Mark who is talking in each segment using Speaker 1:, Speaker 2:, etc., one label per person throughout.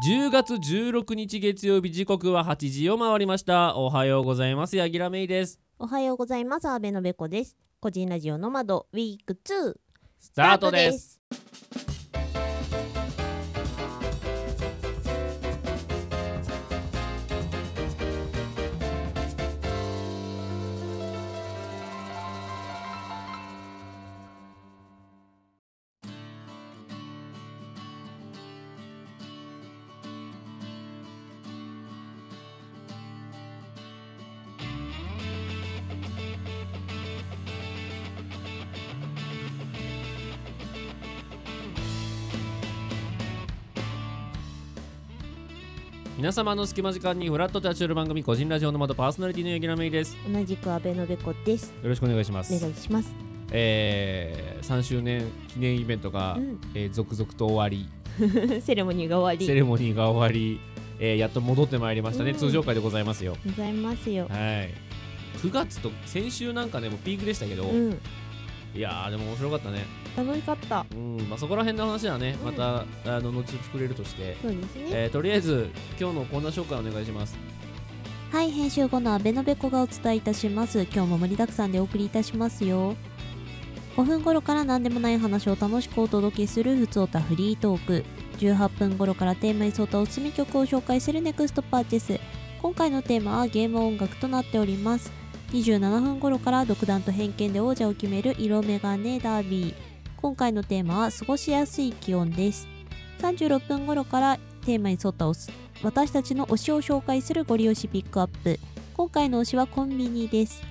Speaker 1: 10月16日月曜日時刻は8時を回りましたおはようございますヤギラメイです
Speaker 2: おはようございます。阿部のべこです。個人ラジオの窓ウィーク2ス
Speaker 1: スタートです
Speaker 2: す。
Speaker 1: 皆様の隙間時間にフラット立ち寄る番組個人ラジオの窓パーソナリティのヤギラメイですよ
Speaker 2: 同じく阿部のべこです。
Speaker 1: ろしくお願いしま
Speaker 2: お
Speaker 1: す
Speaker 2: 願いします。
Speaker 1: えー、3周年記念イベントが、
Speaker 2: う
Speaker 1: えー続々と終わり
Speaker 2: ん、 セレモニーが終わ
Speaker 1: セ
Speaker 2: り。
Speaker 1: レモニーが終わり、えーやっと戻ってまいりましたね、
Speaker 2: うん
Speaker 1: 通常会でございますよ
Speaker 2: ございますよ。
Speaker 1: はい9月と先週なんかねもうピークでしたけど、
Speaker 2: うん、
Speaker 1: いやーでも面白かったね
Speaker 2: 楽しかった。
Speaker 1: うんまあそこら辺の話はね
Speaker 2: うん
Speaker 1: また、あの後作れるとして、
Speaker 2: そうですね。
Speaker 1: えーとりあえず今日のコーナー紹介お願いします
Speaker 2: はい、編集後の阿部のべこがお伝えいたします。今日も盛りだくさんでお送りいたしますよ。5分頃から何でもない話を楽しくお届けするふつおたフリートーク。18分頃からテーマに沿ったおすすめ曲を紹介するネクストパーティス。今回のテーマはゲーム音楽となっております。27分頃から独断と偏見で王者を決める色眼鏡ダービー。今回のテーマは過ごしやすい気温です。36分頃からテーマに沿ったおす私たちの推しを紹介するご利用しピックアップ今回の推しはコンビニです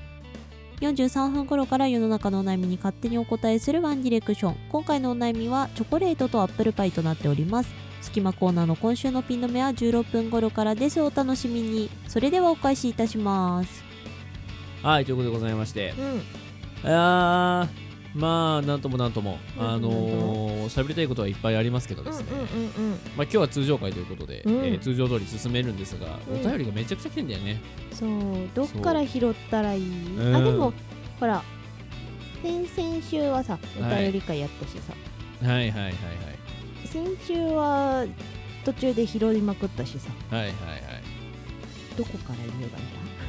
Speaker 2: 43分頃から世の中のお悩みに勝手にお答えするワンディレクション今回のお悩みはチョコレートとアップルパイとなっております隙間コーナーの今週のピン止めは16分頃からですお楽しみにそれではお返しいたします
Speaker 1: はいということでございまして
Speaker 2: うん
Speaker 1: あーまあなんともなんとも
Speaker 2: な
Speaker 1: あ
Speaker 2: んともなんとも
Speaker 1: のー喋りたいことはいっぱいありますけどですね、
Speaker 2: んうん
Speaker 1: まあ今日は通常会ということで、
Speaker 2: うん
Speaker 1: えー通常通り進めるんですが、
Speaker 2: うん
Speaker 1: お便りがめちゃくちゃ来てんだよね
Speaker 2: そうど
Speaker 1: っから
Speaker 2: 拾ったらいい
Speaker 1: そうあでもうん
Speaker 2: ほら先々週はさ
Speaker 1: お便
Speaker 2: り会やったしさ、
Speaker 1: はいはいはいはい
Speaker 2: 先週は途中で拾いまくったしさ
Speaker 1: はいはい
Speaker 2: どこから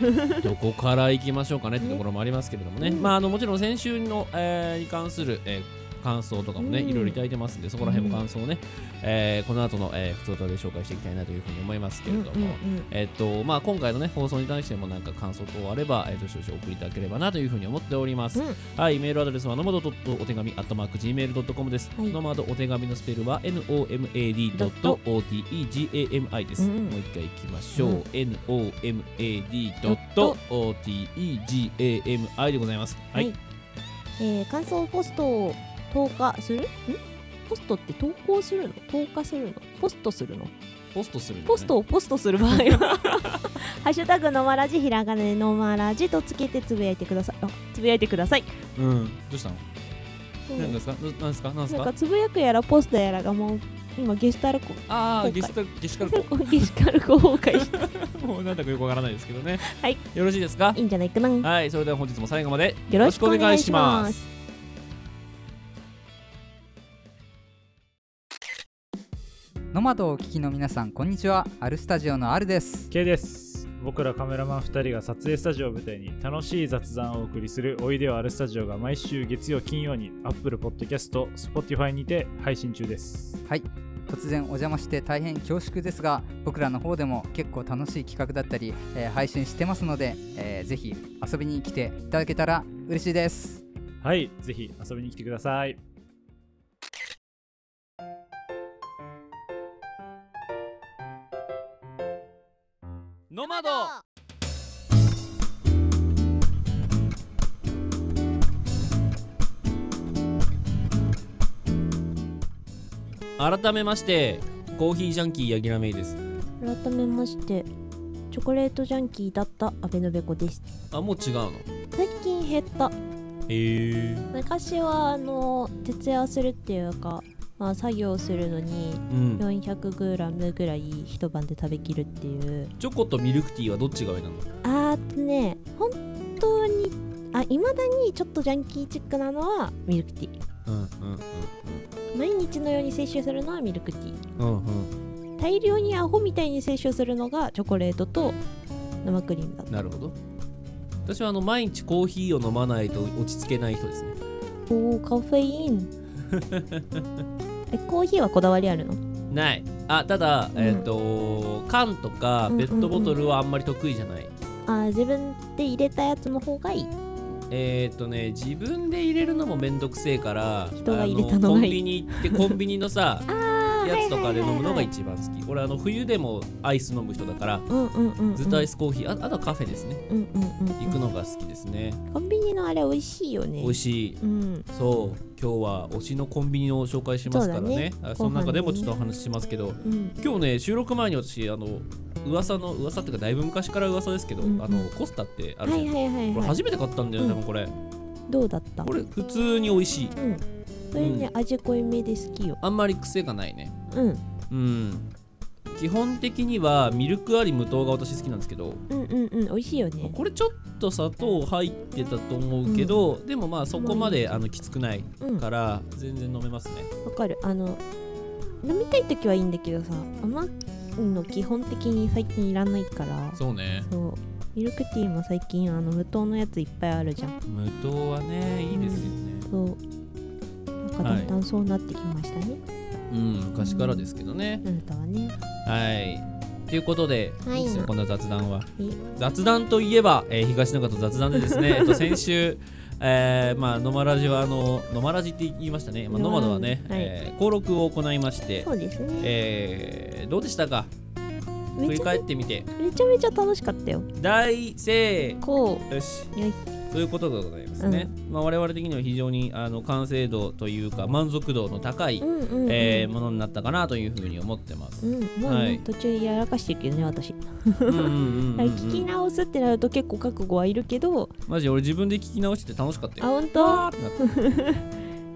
Speaker 2: 言えばい
Speaker 1: はいどこから行きましょうかねってところもありますけれどもね、
Speaker 2: うん
Speaker 1: まああのもちろん先週の、えーに関する、えー感想とかもね、
Speaker 2: うん
Speaker 1: いろいろいただいてますんでそこら辺も感想をね、えーこの後の、えー、普通歌で紹介していきたいなというふうに思いますけれ
Speaker 2: いん
Speaker 1: ども、
Speaker 2: だ、うん
Speaker 1: えっとまあ、今回の、ね、放送に対してもなんか感想等あれば、えっと、少々お送りいただければなというふうに思っております。
Speaker 2: うん
Speaker 1: はい、メールアドレスはのまどお手紙、アットマーク Gmail.com です。
Speaker 2: はい
Speaker 1: のまどお手紙のスペルは nomad.otegami です。
Speaker 2: うんうん
Speaker 1: もう一回いきましょう。
Speaker 2: うん
Speaker 1: nomad.otegami でございます。は
Speaker 2: はいい、えー感想ポストを投下するんポストって投稿するの投下するのポストするの
Speaker 1: ポストするんだね
Speaker 2: ポストをポストする場合 はハッシュタグのまらじひらがなでのまらじとつけてつぶやいてくださいあつぶやいてください
Speaker 1: うん。どうしたの何ですかななんですかなんです
Speaker 2: なん
Speaker 1: か
Speaker 2: かつぶやくやらポストやらがもう今ゲシュタルコ
Speaker 1: ああ、
Speaker 2: 今回
Speaker 1: ゲスト、ゲシカルコ。
Speaker 2: ゲシュタルコ崩壊 し
Speaker 1: もうなんだかよくわからないですけどね。
Speaker 2: はい。
Speaker 1: よろしいですか
Speaker 2: いいんじゃないかなよ
Speaker 1: はい、それでは本日も最後まで
Speaker 2: ろしくお願いします
Speaker 3: ノマドをお聞きの皆さんこんにちはアルスタジオのアルです
Speaker 4: 系です僕らカメラマン2人が撮影スタジオを舞台に楽しい雑談をお送りする「おいでよあるスタジオ」が毎週月曜金曜に Apple Podcast、Spotify にて配信中です
Speaker 3: 突然お邪魔して大変恐縮ですが僕らの方でも結構楽しい企画だったり、えー配信してますので、えーぜひ遊びに来ていただけたら嬉しいです
Speaker 4: はいぜひ遊びに来てください
Speaker 1: ノマド改めまして、コーヒージャンキーヤギラメイです。
Speaker 2: 改めましてチョコレートジャンキーだった阿部のべこです
Speaker 1: あ、もう違うの
Speaker 2: 最近減った
Speaker 1: へえ。
Speaker 2: 昔はあの徹夜するっていうか、まあ、作業するのに
Speaker 1: うん。
Speaker 2: 400g ぐらい一晩で食べきるっていう
Speaker 1: チョコとミルクティーはどっちが上なの
Speaker 2: あーっとね本当にあいまだにちょっとジャンキーチックなのはミルクティー
Speaker 1: うんうん
Speaker 2: 毎日のように摂取するのはミルクティー
Speaker 1: うんうんうん
Speaker 2: 大量にアホみたいに摂取するのがチョコレートと生クリームだった
Speaker 1: なるほど私はあの毎日コーヒーを飲まないと落ち着けない人ですね
Speaker 2: おーカフェインえコーヒーはこだわりあるの
Speaker 1: ないあただ、
Speaker 2: うん
Speaker 1: えっ、と缶とかペットボトルはあんまり得意じゃない、
Speaker 2: あー自分で入れたやつの方がいい
Speaker 1: えっ、とね自分で入れるのもめんどくせえから
Speaker 2: 人が入れた
Speaker 1: あ
Speaker 2: の
Speaker 1: コン
Speaker 2: がいい
Speaker 1: ビニ行ってコンビニの さ
Speaker 2: あ
Speaker 1: やつとかで飲むのが一番好き俺あの冬でもアイス飲む人だから
Speaker 2: うんうんうんうん
Speaker 1: ずっとアイスコーヒーああとはカフェですね
Speaker 2: うんうんうん
Speaker 1: 行くのが好きですね
Speaker 2: コンビニのあれ美味しいよね
Speaker 1: 美味しい
Speaker 2: うん
Speaker 1: そう今日は推しのコンビニを紹介しますからねあその
Speaker 2: 後半ね
Speaker 1: 中でもちょっとお話ししますけど
Speaker 2: うん
Speaker 1: 今日ね収録前に私あの噂の噂っていうかだいぶ昔から噂ですけど、
Speaker 2: うんうん
Speaker 1: あのコスタってあ
Speaker 2: は
Speaker 1: るじゃん、
Speaker 2: いはいは
Speaker 1: こ
Speaker 2: い
Speaker 1: れ
Speaker 2: はい
Speaker 1: 初めて買ったんだよね、
Speaker 2: うん
Speaker 1: 多分これ
Speaker 2: どうだった
Speaker 1: これ普通に美味しい
Speaker 2: うんそれね味濃いめで好きよ
Speaker 1: あんまり癖がないね
Speaker 2: うん
Speaker 1: うん基本的にはミルクあり無糖が私好きなんですけど
Speaker 2: うんうんうん美味しいよね
Speaker 1: これちょっと砂糖入ってたと思うけど、でもまあそこまであのきつくない
Speaker 2: うんわ
Speaker 1: から全然飲めますね
Speaker 2: かるあの飲みたい時はいいんだけどさ甘いの基本的に最近いらないから
Speaker 1: そうね
Speaker 2: そうミルクティーも最近あの無糖のやついっぱいあるじゃん
Speaker 1: 無糖はねいいですよね
Speaker 2: そうなんかだ
Speaker 1: はい
Speaker 2: んだんそうなってきましたね、
Speaker 1: うん昔からですけどね
Speaker 2: あなたはね
Speaker 1: はいということで、
Speaker 2: はい
Speaker 1: いですよこんな雑談は
Speaker 2: え
Speaker 1: 雑談といえば、えー東中と雑談でですね、えっと、先週、えーまあ、野間ラジはあの野間ラジって言いましたね、まあ、野間ではね、
Speaker 2: はい
Speaker 1: えー登録を行いまして
Speaker 2: そ、うですね
Speaker 1: えーどうでしたか振
Speaker 2: め
Speaker 1: り
Speaker 2: ちゃ
Speaker 1: 返ってみて
Speaker 2: めちゃめちゃ楽しかったよ
Speaker 1: 大成
Speaker 2: こ
Speaker 1: 功よし
Speaker 2: よい
Speaker 1: そういうことでございますね、まあ、我々的には非常にあの完成度というか満足度の高い、
Speaker 2: ううんうんうん、
Speaker 1: えーものになったかなというふうに思ってます。
Speaker 2: うん、もう、ね
Speaker 1: はい
Speaker 2: 途中やらかしてるけどね私、
Speaker 1: うんうんうんうんう
Speaker 2: 聞き
Speaker 1: ん
Speaker 2: 直すってなると結構覚悟はいるけど
Speaker 1: マジ俺自分で聞き直してて楽しかった
Speaker 2: あ
Speaker 1: よ。
Speaker 2: 本当
Speaker 1: あーってなっ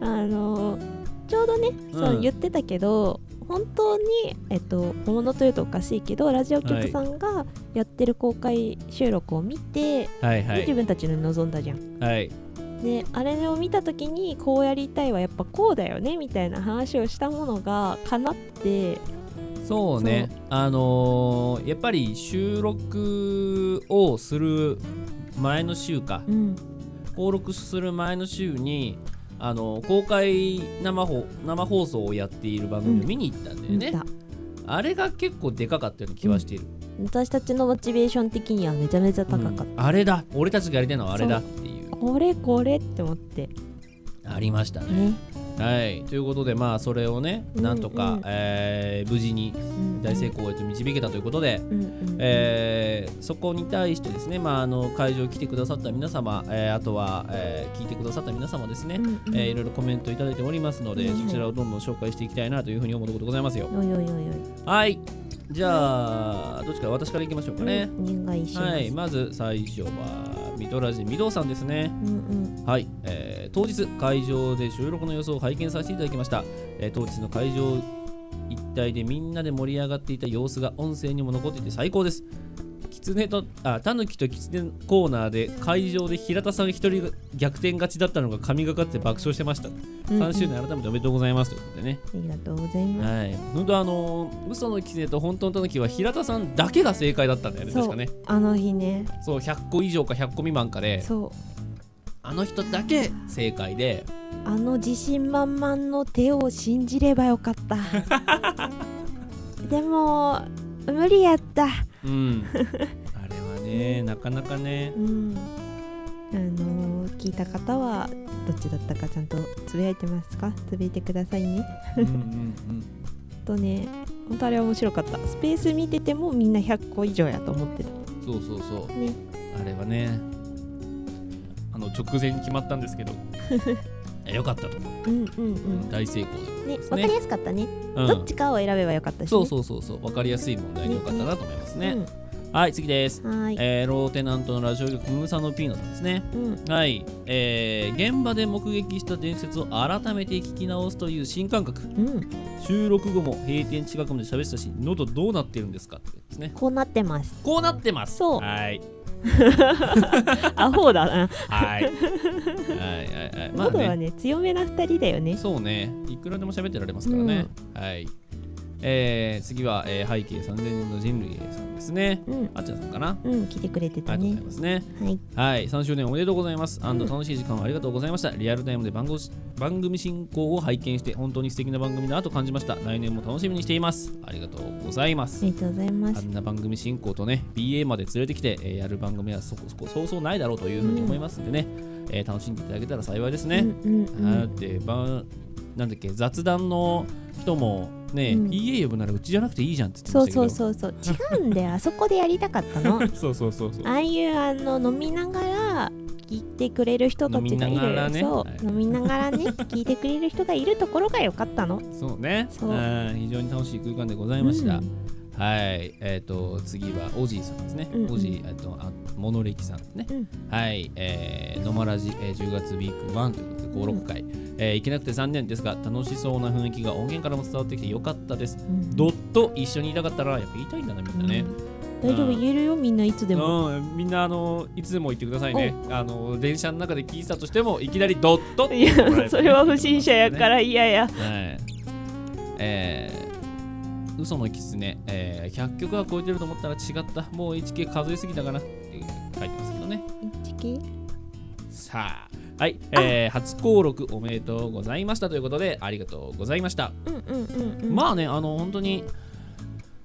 Speaker 1: た
Speaker 2: あのちょうどね、そう
Speaker 1: うん
Speaker 2: 言ってたけど本当に、えっと、本物というとおかしいけどラジオ局さんがやってる公開収録を見て、
Speaker 1: はいは
Speaker 2: で自
Speaker 1: い
Speaker 2: 分たちの望んだじゃん。
Speaker 1: はい
Speaker 2: であれを見た時にこうやりたいはやっぱこうだよねみたいな話をしたものが叶って
Speaker 1: そうねあのーやっぱり収録をする前の週か
Speaker 2: うん
Speaker 1: 登録する前の週にあのー公開生放生放送をやっている番組を見に行ったんだよ
Speaker 2: 見
Speaker 1: ね、
Speaker 2: た
Speaker 1: あれが結構でかかったような気はしている、
Speaker 2: 私たちのモチベーション的にはめちゃめちゃ高かった、
Speaker 1: うんあれだ俺たちがやりたいのはあれだっていう
Speaker 2: これこれって思って
Speaker 1: ありましたね
Speaker 2: ね、
Speaker 1: はいということでまあそれをね
Speaker 2: うん
Speaker 1: なんとか、
Speaker 2: うん
Speaker 1: えー無事に
Speaker 2: うん
Speaker 1: 大成功へと導けたということで、
Speaker 2: うんうん
Speaker 1: えーそこに対してですね、まあ、あの会場来てくださった皆様、えーあとは、えー聞いてくださった皆様ですね、
Speaker 2: うんうん
Speaker 1: えーいろいろコメントいただいておりますので、
Speaker 2: うん
Speaker 1: そちらをどんどん紹介していきたいなというふうに思うところでございますよ。
Speaker 2: おいおいおいおい
Speaker 1: はいじゃあどっちから私からいきましょうかね。
Speaker 2: お願いします、
Speaker 1: はいまず最初はミドラジミドウさんですね。
Speaker 2: うんうん
Speaker 1: はい、えー当日会場で収録の様子を拝見させていただきました、えー当日の会場一体でみんなで盛り上がっていた様子が音声にも残っていて最高ですキツネとあタヌキとキツネコーナーで会場で平田さん一人が逆転勝ちだったのが神がかって爆笑してました、3周年改めておめでとうございますということでね、
Speaker 2: ありがとうございます。
Speaker 1: はい本当あのー嘘のキツネと本当のタヌキは平田さんだけが正解だったんだよね
Speaker 2: そう
Speaker 1: 確かね
Speaker 2: あの日ね、
Speaker 1: そう100個以上か100個未満かで
Speaker 2: そう、
Speaker 1: あの人だけ正解で
Speaker 2: あの自信満々の手を信じればよかった。 でも、無理やった。
Speaker 1: うん、 あれはねなかなかね
Speaker 2: うん。あのー聞いた方は、どっちだったかちゃんとつぶやいてますかつぶやいてくださいね。
Speaker 1: うんうん
Speaker 2: とね、本当あれは面白かった。スペース見ててもみんな100個以上やと思ってた。
Speaker 1: うんそうそうそう、
Speaker 2: ね
Speaker 1: あれはねあの直前に決まったんです けどえよかったと思う
Speaker 2: うんうんうん。
Speaker 1: 大成功でござい
Speaker 2: ね
Speaker 1: ま、す
Speaker 2: わか
Speaker 1: ね
Speaker 2: りやすかったね。
Speaker 1: うん
Speaker 2: どっちかを選べばよかったし、ね。
Speaker 1: そうそうそうそう分かりやすい問題でよかったなと思いますね、
Speaker 2: うん
Speaker 1: はい次です、
Speaker 2: はーい。
Speaker 1: えーローテナントのラジオ局ムーサのピーナさんですね
Speaker 2: うん。
Speaker 1: はい、えー現場で目撃した伝説を改めて聞き直すという新感覚
Speaker 2: うん。
Speaker 1: 収録後も閉店近くまで喋ってたし喉どうなってるんですかってですね
Speaker 2: こうなってます。
Speaker 1: こうなってます
Speaker 2: そう
Speaker 1: はい
Speaker 2: アホだ な。
Speaker 1: はい。はいはいはい。まあ
Speaker 2: 喉は
Speaker 1: ね。
Speaker 2: ね強めな2人だよね
Speaker 1: そうね。いくらでも喋ってられますからね。はい。えー次は、えー背景3000年の人類さんですね。
Speaker 2: うん
Speaker 1: あっちゃんさんかな。あ
Speaker 2: うん来てくれて
Speaker 1: りが
Speaker 2: た
Speaker 1: とうござ
Speaker 2: ね
Speaker 1: いますね。
Speaker 2: はい
Speaker 1: はい、3周年おめでとうございます。
Speaker 2: ん
Speaker 1: 楽しい時間をありがとうございました。リアルタイムで番号し番組進行を拝見して、本当に素敵な番組だなと感じました。来年も楽しみにしています。ありがとうございま
Speaker 2: あ
Speaker 1: す。
Speaker 2: りがとうございま
Speaker 1: あ
Speaker 2: す
Speaker 1: んな番組進行とね、BA まで連れてきて、えーやる番組はそこそこそうそうないだろうというふうに思いますんでね、えー楽しんでいただけたら幸いですね。
Speaker 2: うんうんうん
Speaker 1: だって、ばなんだっけ、雑談の人もね、
Speaker 2: うん
Speaker 1: BA 呼ぶならうちじゃなくていいじゃんって言って
Speaker 2: そ
Speaker 1: ま
Speaker 2: う
Speaker 1: したけ
Speaker 2: そ
Speaker 1: ど。
Speaker 2: うそうそう違うん だよあそこでやりたかったの
Speaker 1: そうそうそうそう
Speaker 2: ああいうあの飲みながら聞いてくれる人たちがい
Speaker 1: 飲みなが
Speaker 2: る
Speaker 1: らね
Speaker 2: そう、
Speaker 1: はい
Speaker 2: 飲みながらね 聞いてくれる人がいるところが良かったの
Speaker 1: そうね
Speaker 2: そう
Speaker 1: うん非常に楽しい空間でございました。
Speaker 2: うん
Speaker 1: はい、えっ、と、次はおじいさんですね。
Speaker 2: うんうん
Speaker 1: おじい、えっと、あ、モノレキさんですね。
Speaker 2: うん
Speaker 1: はい、えー、のまらじ、えー10月ウィーク1ということで、5、6回。えー行けなくて残念ですが、楽しそうな雰囲気が音源からも伝わってきてよかったです。
Speaker 2: うん
Speaker 1: ドッと一緒にいたかったら、やっぱ言いたいんだな、みんなね。
Speaker 2: 大丈夫言えるよみんないつでも
Speaker 1: うん、みんな、あの、いつでも行ってくださいね。あの、電車の中で聞いてたとしても、いきなりドッとって言ってもらえばいい
Speaker 2: ら嫌や
Speaker 1: はい。えー、嘘のキツネ、えー、100曲は超えてると思ったら違った。もう HK 数えすぎたかなっていう書いてますけどね。
Speaker 2: 一気
Speaker 1: さあ、はい、えー、初登録おめでとうございましたということで、ありがとうございました。
Speaker 2: うんうんうんうん
Speaker 1: まあね、あの、本当に、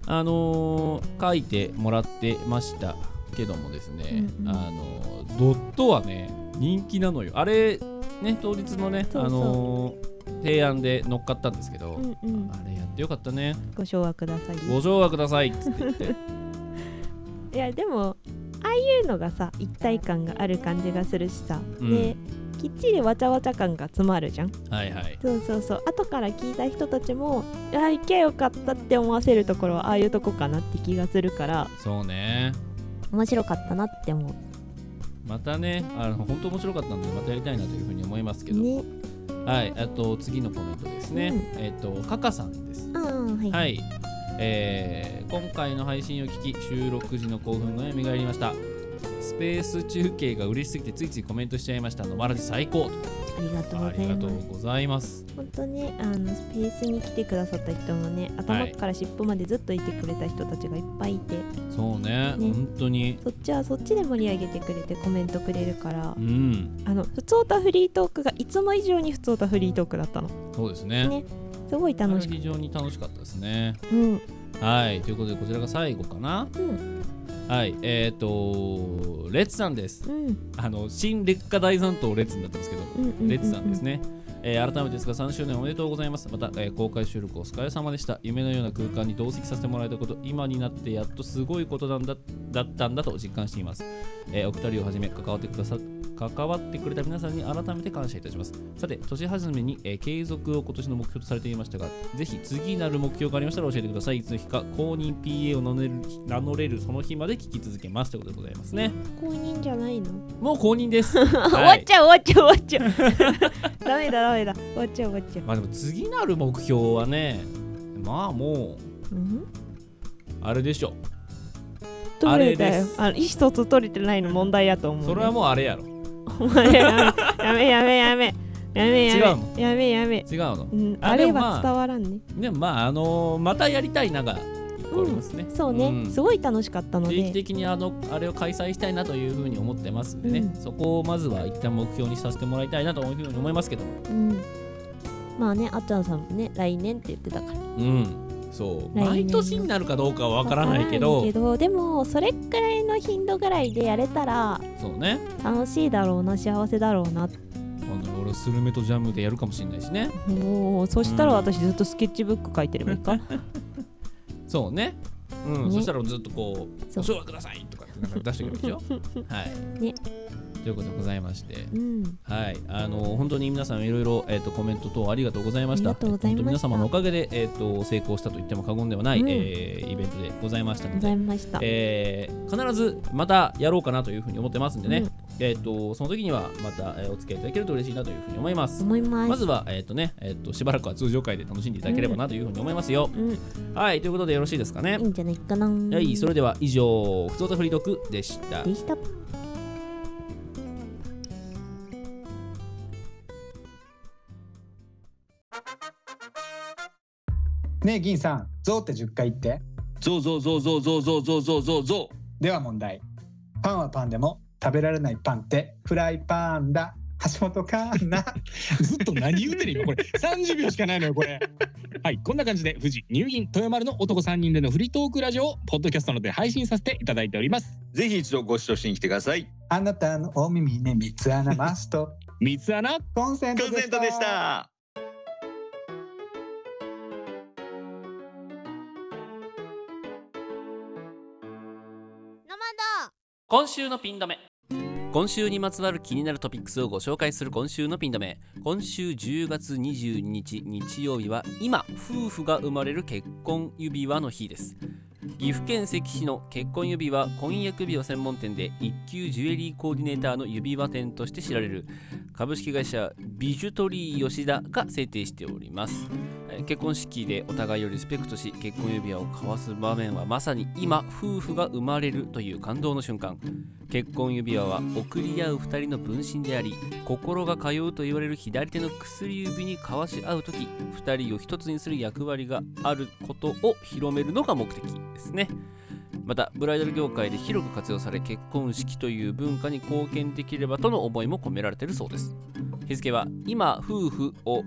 Speaker 1: あのー書いてもらってましたけどもですね、
Speaker 2: うんうん
Speaker 1: あのードットはね、人気なのよ。あれ、ね、当日のね、
Speaker 2: そうそう
Speaker 1: あのー提案で乗っかったんですけど、
Speaker 2: うんうん
Speaker 1: あれやってよかったね。
Speaker 2: ご唱和ください
Speaker 1: ご唱和くださいっつって言って。
Speaker 2: いやでもああいうのがさ一体感がある感じがするしさ、
Speaker 1: うん
Speaker 2: できっちりわちゃわちゃ感が詰まるじゃん
Speaker 1: はいはい。
Speaker 2: そうそうそう後から聞いた人たちもああ行けよかったって思わせるところはああいうとこかなって気がするから
Speaker 1: そうね。
Speaker 2: 面白かったなって思
Speaker 1: またね、あの本当面白かったので、またやりたいなというふうに思いますけ
Speaker 2: う
Speaker 1: ど。
Speaker 2: ね
Speaker 1: はい、あと次のコメントですね。
Speaker 2: う
Speaker 1: えっ、と、カカさんです。
Speaker 2: ああはい、
Speaker 1: はい。えー今回の配信を聞き、収録時の興奮が蘇りました。スペース中継が嬉しすぎて、ついついコメントしちゃいました。のまらじ最高
Speaker 2: ありがとうご
Speaker 1: あ
Speaker 2: ざ
Speaker 1: り
Speaker 2: い
Speaker 1: がと
Speaker 2: ます
Speaker 1: うございます。
Speaker 2: 本当ねあのスペースに来てくださった人もね頭から尻尾までずっといてくれた人たちがいっぱいいて、
Speaker 1: そうね、
Speaker 2: ね
Speaker 1: 本当に。
Speaker 2: そっちはそっちで盛り上げてくれてコメントくれるから
Speaker 1: うん、
Speaker 2: あの普通たフリートークがいつも以上に普通たフリートークだったの
Speaker 1: そうですね。
Speaker 2: ねすごい楽し
Speaker 1: あ
Speaker 2: かっ
Speaker 1: れ非常に楽しかったですね。
Speaker 2: た、うん、
Speaker 1: はい、ということでこちらが最後かな。
Speaker 2: うん
Speaker 1: はい、えっ、と、レッツさんです。
Speaker 2: うん
Speaker 1: あの、新劣化大残党レッツになってますけど、
Speaker 2: うんうん
Speaker 1: レッツさんですね。えー改めてですが3周年おめでとうございます。また、えー公開収録お疲れ様でした。夢のような空間に同席させてもらえたこと、今になってやっとすごいことなんだだったんだと実感しています。えーお二人をはじめ関わってくださ関わってくれた皆さんに改めて感謝いたします。さて、年始めに、えー継続を今年の目標とされていましたが、ぜひ次なる目標がありましたら教えてください。いつの日か公認 PA を名乗れる名乗れるその日まで聞き続けますということでございますね。
Speaker 2: 公認じゃないの、
Speaker 1: もう公認です。
Speaker 2: あ終
Speaker 1: は
Speaker 2: わ
Speaker 1: い
Speaker 2: っちゃう終わっちゃう終わっちゃう ダメだダメだ終わっちゃう終わっちゃ
Speaker 1: まあでも次なる目標はね、まあもう、
Speaker 2: う、うん、
Speaker 1: あれでしょ。あ
Speaker 2: 取
Speaker 1: れ
Speaker 2: れた
Speaker 1: で
Speaker 2: よ
Speaker 1: す
Speaker 2: あの意思疎通取れてないの問題やと思う、ね、
Speaker 1: それはもうあれやろ。
Speaker 2: お前やめやめやめやめやめ
Speaker 1: 違う
Speaker 2: や
Speaker 1: の
Speaker 2: めやめやめ
Speaker 1: 違うの
Speaker 2: う。ん
Speaker 1: あ
Speaker 2: あれ
Speaker 1: でもまあ
Speaker 2: は伝わらんね
Speaker 1: でもまあ、あのーまたやりたいなが、おりますね。
Speaker 2: そうね、
Speaker 1: ん
Speaker 2: すごい楽しかったの
Speaker 1: 定期
Speaker 2: で
Speaker 1: 的にあのあれを開催したいなというふうに思ってますんでね、
Speaker 2: うん
Speaker 1: そこをまずは一旦目標にさせてもらいたいなというふうに思いますけども
Speaker 2: うんまあねあっちゃんさんもね来年って言ってたから
Speaker 1: うんそう
Speaker 2: 来年の
Speaker 1: 毎年になるかどうかはわからないけ
Speaker 2: わ
Speaker 1: ど
Speaker 2: からんでもそれくらいの頻度ぐらいでやれたら
Speaker 1: そうね
Speaker 2: 楽しいだろうな幸せだろうな
Speaker 1: 今度俺スルメとジャムでやるかもしれないしね
Speaker 2: もうそした
Speaker 1: う
Speaker 2: ら
Speaker 1: ん
Speaker 2: 私ずっとスケッチブック書いてればい いか
Speaker 1: そうねうん、
Speaker 2: ね
Speaker 1: そしたらずっとこう「
Speaker 2: そう
Speaker 1: ご唱和ください」とかってなんか出してくれ るでしょはい、
Speaker 2: ね
Speaker 1: ということでございまして
Speaker 2: うん
Speaker 1: はい、あの本当に皆さんいろいろ、えー、とコメント等ありがとうございました。
Speaker 2: ありがとうございま
Speaker 1: 本当
Speaker 2: した
Speaker 1: 皆様のおかげで、えー、と成功したと言っても過言ではない、
Speaker 2: うん
Speaker 1: えーイベントでございましたの
Speaker 2: ござい
Speaker 1: で、
Speaker 2: ました、
Speaker 1: えー必ずまたやろうかなというふうに思ってますんでね、
Speaker 2: うん
Speaker 1: えー、とその時にはまた、えーお付き合いいただけると嬉しいなというふうに思います。
Speaker 2: 思います
Speaker 1: まずは、えーとねえー、としばらくは通常会で楽しんでいただければなというふうに思いますよ。
Speaker 2: うんい
Speaker 1: はい、ということでよろしいですかね
Speaker 2: い。んじゃないかな
Speaker 1: はい、それでは以上、ふつおたフリードクでした。
Speaker 2: でした
Speaker 5: ねえ銀さんゾウって10回言って
Speaker 6: ゾウゾウゾウゾウゾウゾウゾウゾウゾウゾ
Speaker 5: では問題パンはパンでも食べられないパンってフライパンだ橋本環 奈
Speaker 6: ウずっと何言うてる今これ30秒しかないのよこれはいこんな感じで富士乳銀豊丸の男3人でのフリートークラジオをポッドキャストので配信させていただいております
Speaker 7: ぜひ一度ご視聴しに来てください。
Speaker 5: あなたのお耳に三つ穴マスト
Speaker 6: 三つ穴
Speaker 5: コンセン
Speaker 7: コ
Speaker 5: ト
Speaker 7: ンセントでした。
Speaker 1: 今週のピン止め今週にまつわる気になるトピックスをご紹介する今週のピン止め今週10月22日日曜日は今夫婦が生まれる結婚指輪の日です岐阜県関市の結婚指輪婚約指輪専門店で一級ジュエリーコーディネーターの指輪店として知られる株式会社ビジュトリー吉田が制定しておりますえー結婚式でお互いをリスペクトし結婚指輪を交わす場面はまさに今夫婦が生まれるという感動の瞬間結婚指輪は送り合う2人の分身であり心が通うと言われる左手の薬指に交わし合う時2人を一つにする役割があることを広めるのが目的ですねまたブライダル業界で広く活用され結婚式という文化に貢献できればとの思いも込められているそうです日付は今夫婦を、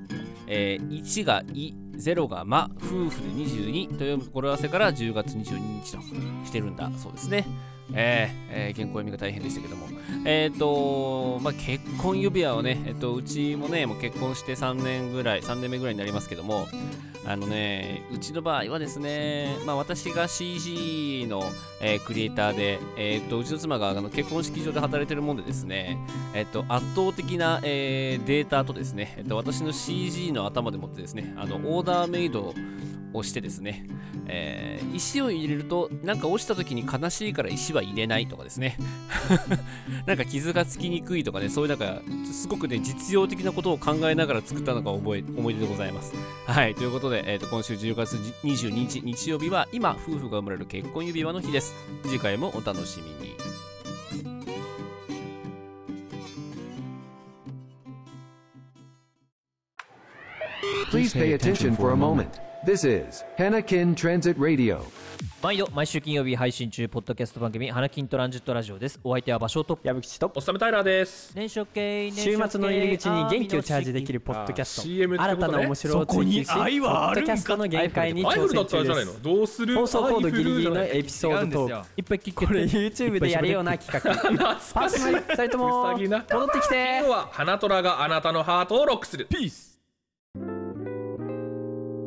Speaker 1: えー1が「い」0が「ま」夫婦で22と読む語呂合わせから10月22日としてるんだそうですねえーえー原稿読みが大変でしたけども、えっ、とまあ、結婚指輪をね、えっ、と、うちもね、もう結婚して3年ぐらい、3年目ぐらいになりますけども、あのね、うちの場合はですね、まあ、私が CG の、えークリエイターで、えっ、と、うちの妻があの結婚式場で働いてるもんでですね、えっ、と、圧倒的な、えーデータとですね、えっ、と、私の CG の頭でもってですね、あの、オーダーメイドをしてですね、えー石を入れるとなんか落ちた時に悲しいから石は入れないとかですね なんか傷がつきにくいとかねそういうなんかすごくね実用的なことを考えながら作ったのが覚え思い出でございますはいということで、えーと今週10月22日日曜日は今夫婦が生まれる結婚指輪の日です次回もお楽しみに
Speaker 8: 毎度毎週金曜日配信中ポッドキャスト番組「花金トランジットラジオ」ですお相手は場所と
Speaker 9: 矢吹と
Speaker 10: おっさめタイラーです。
Speaker 8: 年初系
Speaker 9: 週末の入り口に元気をチャージできるポッドキャス
Speaker 10: あ
Speaker 9: ト
Speaker 10: ー CM ってこと
Speaker 9: 新
Speaker 10: ね
Speaker 9: たな面白を追求し
Speaker 10: そこに愛はあるん
Speaker 9: ポッドキ
Speaker 10: か
Speaker 9: ャストの限界に
Speaker 10: アイ
Speaker 9: 挑
Speaker 10: フルだ
Speaker 9: 戦
Speaker 10: った
Speaker 9: 中
Speaker 10: らじゃ
Speaker 9: で
Speaker 10: ないの
Speaker 9: す
Speaker 10: どうする
Speaker 9: 放送コード
Speaker 10: アイフル
Speaker 9: ギリギリの
Speaker 10: じゃない
Speaker 9: エピソードトーク
Speaker 8: いっぱい聞
Speaker 9: これ YouTube でやるような企画 パーソナリティ2人とも
Speaker 10: うさぎな
Speaker 9: 戻ってきて
Speaker 10: 今日は花虎があなたのハートをロックする。ピース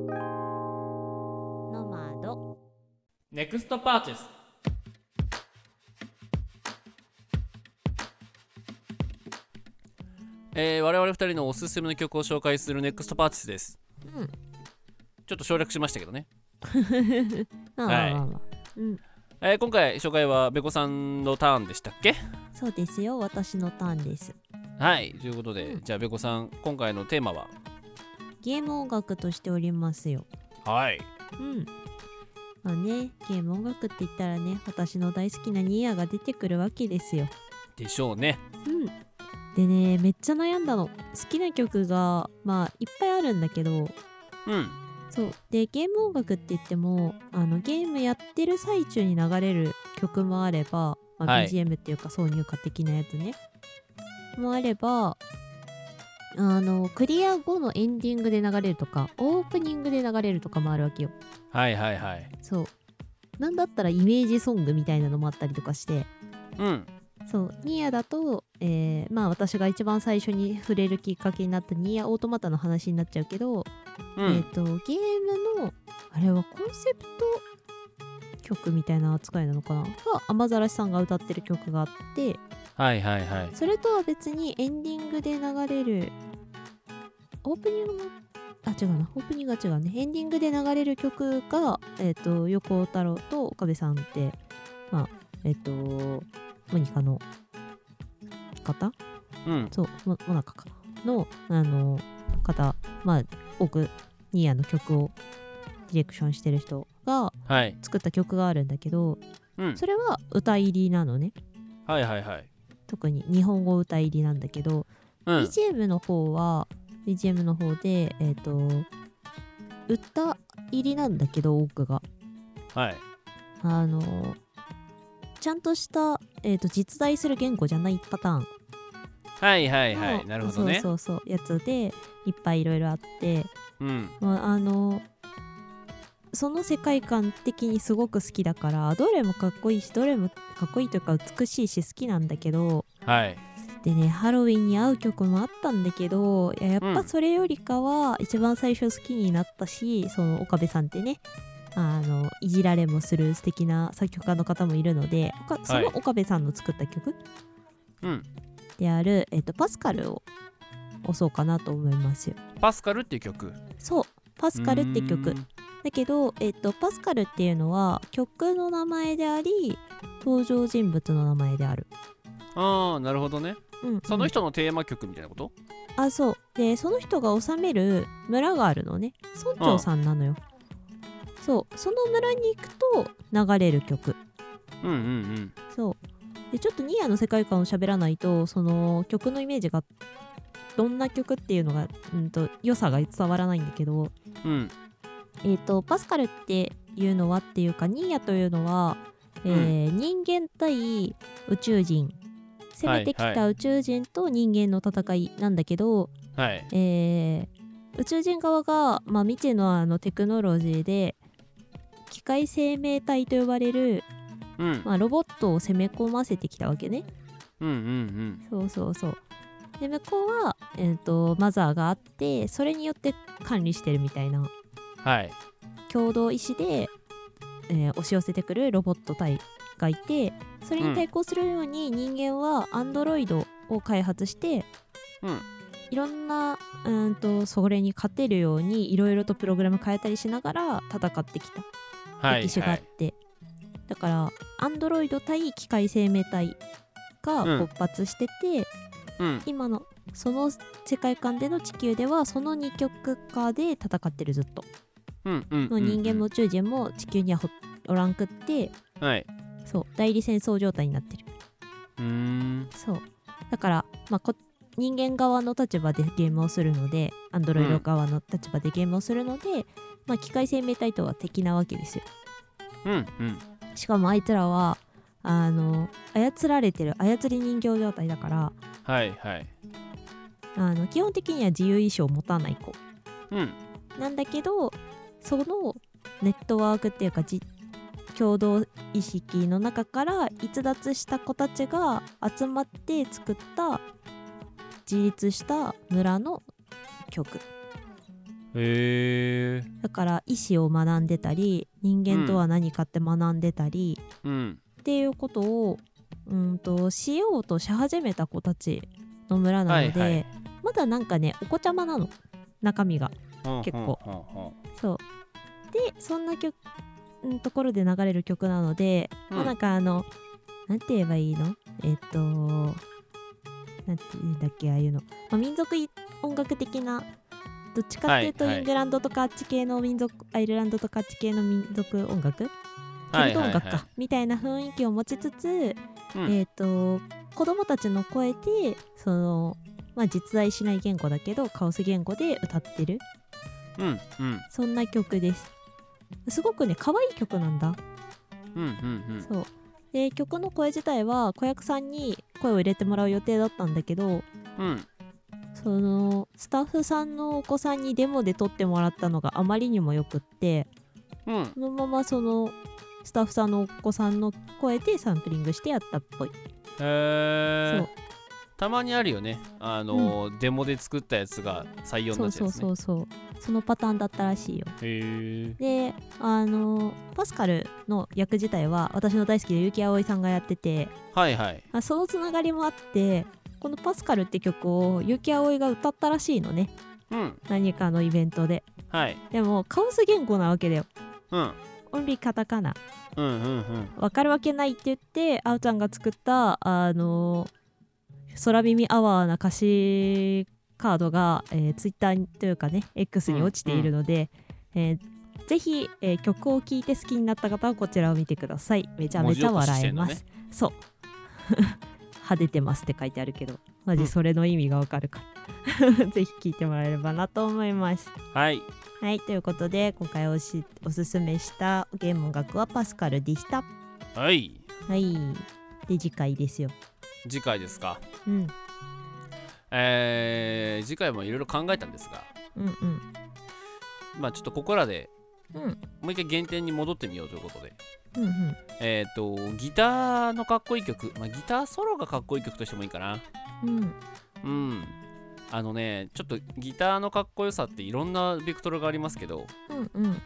Speaker 2: ノマド
Speaker 1: ネクストパーチェスえー、我々二人のおすすめの曲を紹介するネクストパーチェスです、
Speaker 2: うん
Speaker 1: ちょっと省略しましたけどね、
Speaker 2: まあ
Speaker 1: はい
Speaker 2: まあまあまあうん、
Speaker 1: えー今回紹介はべこさんのターンでしたっけ
Speaker 2: そうですよ私のターンです
Speaker 1: はいということで、じゃあべこさん今回のテーマは
Speaker 2: ゲーム音楽としておりますよ
Speaker 1: はい
Speaker 2: うんまあねゲーム音楽って言ったらね私の大好きなニーヤが出てくるわけですよ
Speaker 1: でしょうね
Speaker 2: うんでねめっちゃ悩んだの好きな曲がまあいっぱいあるんだけど
Speaker 1: うん
Speaker 2: そうでゲーム音楽って言ってもあのゲームやってる最中に流れる曲もあれば、まあ
Speaker 1: はい
Speaker 2: BGM っていうか挿入歌的なやつねもあればあのクリア後のエンディングで流れるとかオープニングで流れるとかもあるわけよ
Speaker 1: はいはいはい
Speaker 2: そうなんだったらイメージソングみたいなのもあったりとかして
Speaker 1: うん
Speaker 2: そうニーヤだと、えーまあ私が一番最初に触れるきっかけになったニーヤオートマタの話になっちゃうけど、
Speaker 1: う
Speaker 2: えっ、
Speaker 1: ん
Speaker 2: とゲームのあれはコンセプト曲みたいな扱いなのかなが雨ざらしさんが歌ってる曲があって
Speaker 1: はいはいはい
Speaker 2: それとは別にエンディングで流れるオープニングもあ違うなオープニングが違うねエンディングで流れる曲が、えっと横尾太郎と岡部さんってまあえっ、とモニカの方
Speaker 1: うん
Speaker 2: そう、モモナカか。の、あの、方、まあ、多く、ニーヤの曲をディレクションしてる人が
Speaker 1: はい
Speaker 2: 作った曲があるんだけど、
Speaker 1: うん
Speaker 2: それは歌入りなのね。
Speaker 1: はいはいはい
Speaker 2: 特に日本語歌入りなんだけど、
Speaker 1: うん
Speaker 2: BGM の方は、BGM の方で、えっ、と、歌入りなんだけど奥が
Speaker 1: はい
Speaker 2: あのちゃんとした、えー、と実在する言語じゃないパターン
Speaker 11: はいはいは
Speaker 2: の
Speaker 11: いなるほどね
Speaker 2: そうそうそうやつでいっぱいいろいろあって、
Speaker 11: うん
Speaker 2: まあ、あのその世界観的にすごく好きだからどれもかっこいいしどれもかっこいいというか美しいし好きなんだけど
Speaker 11: はい
Speaker 2: でねハロウィンに合う曲もあったんだけどいややっぱそれよりかは一番最初好きになったし、その岡部さんってねあのいじられもする素敵な作曲家の方もいるのでおかその岡部さんの作った曲
Speaker 11: うん
Speaker 2: である、えっとパスカルを押そうかなと思いますよ。
Speaker 11: パスカルっていう曲
Speaker 2: そうパスカルって曲だけど、えっと、パスカルっていうのは曲の名前であり登場人物の名前である
Speaker 11: ああなるほどね、
Speaker 2: うん
Speaker 11: その人のテーマ曲みたいなこと
Speaker 2: あそうでその人が治める村があるのね村長さんなのよ、そうその村に行くと流れる曲
Speaker 11: うんうんうん
Speaker 2: そうでちょっとニアの世界観を喋らないとその曲のイメージがどんな曲っていうのが、うん、と良さが伝わらないんだけど
Speaker 11: うん
Speaker 2: えっ、とパスカルっていうのはっていうかニーヤというのは、えー人間対宇宙人攻めてき
Speaker 11: はい
Speaker 2: た
Speaker 11: はい
Speaker 2: 宇宙人と人間の戦いなんだけど、
Speaker 11: はい
Speaker 2: えー宇宙人側が、まあ、未知のあのテクノロジーで機械生命体と呼ばれる、
Speaker 11: うん
Speaker 2: まあ、ロボットを攻め込ませてきたわけね。
Speaker 11: うんうん
Speaker 2: そうそうそうで向こうは、えー、とマザーがあってそれによって管理してるみたいな
Speaker 11: うんはい
Speaker 2: 共同意志で、えー押し寄せてくるロボット隊がいてそれに対抗するように人間はアンドロイドを開発して、
Speaker 11: うん
Speaker 2: いろんなうーんとそれに勝てるようにいろいろとプログラム変えたりしながら戦ってきた
Speaker 11: はい
Speaker 2: 歴史があって、だからアンドロイド対機械生命体が
Speaker 11: うん
Speaker 2: 勃発してて、
Speaker 11: うん
Speaker 2: 今のその世界観での地球ではその2極化で戦ってるずっと。
Speaker 11: うんうん
Speaker 2: の人間も宇宙人も地球にはほおらんくって
Speaker 11: はい
Speaker 2: そう代理戦争状態になってる
Speaker 11: うーん
Speaker 2: そうだから、まあ、こ人間側の立場でゲームをするのでアンドロイ
Speaker 11: う
Speaker 2: ド
Speaker 11: ん
Speaker 2: 側の立場でゲームをするので、まあ、機械生命体とは敵なわけですよ
Speaker 11: うんうん
Speaker 2: しかもあいつらはあの操られてる操り人形状態だから
Speaker 11: はいはい
Speaker 2: あの基本的には自由意志を持たない子
Speaker 11: うん
Speaker 2: なんだけどそのネットワークっていうかじ共同意識の中から逸脱した子たちが集まって作った自立した村の曲
Speaker 11: へえ
Speaker 2: だから意思を学んでたり人間とは何かって学んでたり、
Speaker 11: うん
Speaker 2: っていうことをうんとしようとし始めた子たちの村なので、
Speaker 11: はいはい
Speaker 2: まだなんかねお子ちゃまなの中身が
Speaker 11: ほん
Speaker 2: 結
Speaker 11: ほん
Speaker 2: 構。
Speaker 11: ほんほ
Speaker 2: そうでそんな曲んところで流れる曲なので、
Speaker 11: うん
Speaker 2: まあなんかあのなんて言えばいいのえっとなんて言うんだっけああいうの、まあ、民族い音楽的などっちかっていうと
Speaker 11: はい
Speaker 2: イ
Speaker 11: はい
Speaker 2: ングランドとかあっち系の民族、アイルランドとかあっち系の民族音楽
Speaker 11: はい
Speaker 2: ケルト音楽か、
Speaker 11: はいはい
Speaker 2: みたいな雰囲気を持ちつつ、
Speaker 11: ん
Speaker 2: えっ、と子供たちの声でそのまあ実在しない言語だけどカオス言語で歌ってる
Speaker 11: うんうん
Speaker 2: そんな曲ですすごくね可愛い曲なんだ
Speaker 11: うんうんうん
Speaker 2: そうで曲の声自体は子役さんに声を入れてもらう予定だったんだけど
Speaker 11: うん
Speaker 2: そのスタッフさんのお子さんにデモで撮ってもらったのがあまりにもよくって
Speaker 11: うん
Speaker 2: そのままそのスタッフさんのお子さんの声でサンプリングしてやったっぽい
Speaker 11: へ
Speaker 2: そ
Speaker 11: え
Speaker 2: う
Speaker 11: たまにあるよねあのーデモで作ったやつが採用に
Speaker 2: そ
Speaker 11: な
Speaker 2: う
Speaker 11: っちゃ
Speaker 2: そうう
Speaker 11: やつね
Speaker 2: そうそうそのパターンだったらしいよ
Speaker 11: へえ
Speaker 2: であのパスカルの役自体は私の大好きで結城葵さんがやってて
Speaker 11: はいはい
Speaker 2: あそのつながりもあってこの「パスカル」って曲を結城葵が歌ったらしいのね、
Speaker 11: うん
Speaker 2: 何かのイベントで
Speaker 11: はい
Speaker 2: でもカオス言語なわけだよ
Speaker 11: うん
Speaker 2: オンリーカタカナ
Speaker 11: うんうんうん
Speaker 2: わかるわけないって言ってあおちゃんが作ったあの空耳アワーな歌詞カードが、えツイッター Twitter にというかね X に落ちているので、えーぜひ、えー曲を聴いて好きになった方はこちらを見てくださいめちゃめちゃ笑え
Speaker 11: 文
Speaker 2: ます、
Speaker 11: 字起こしして
Speaker 2: そう派手てますって書いてあるけどマジそれの意味がわかるから、
Speaker 12: ぜひ聞いてもらえればなと思います。
Speaker 1: はい
Speaker 12: はい、ということで今回おしおすすめしたゲーム音楽はパスカルでした。
Speaker 1: はい
Speaker 12: はい。で次回ですよ。
Speaker 1: 次回ですか
Speaker 12: うん
Speaker 1: えー、次回もいろいろ考えたんですが
Speaker 12: うんうん
Speaker 1: まあちょっとここらで、
Speaker 12: うん
Speaker 1: もう一回原点に戻ってみようということで
Speaker 12: うんうん
Speaker 1: えっ、とギターのかっこいい曲、まあ、ギターソロがかっこいい曲としてもいいかな
Speaker 12: うん
Speaker 1: うんあのねちょっとギターのかっこよさっていろんなベクトルがありますけど
Speaker 12: うんうん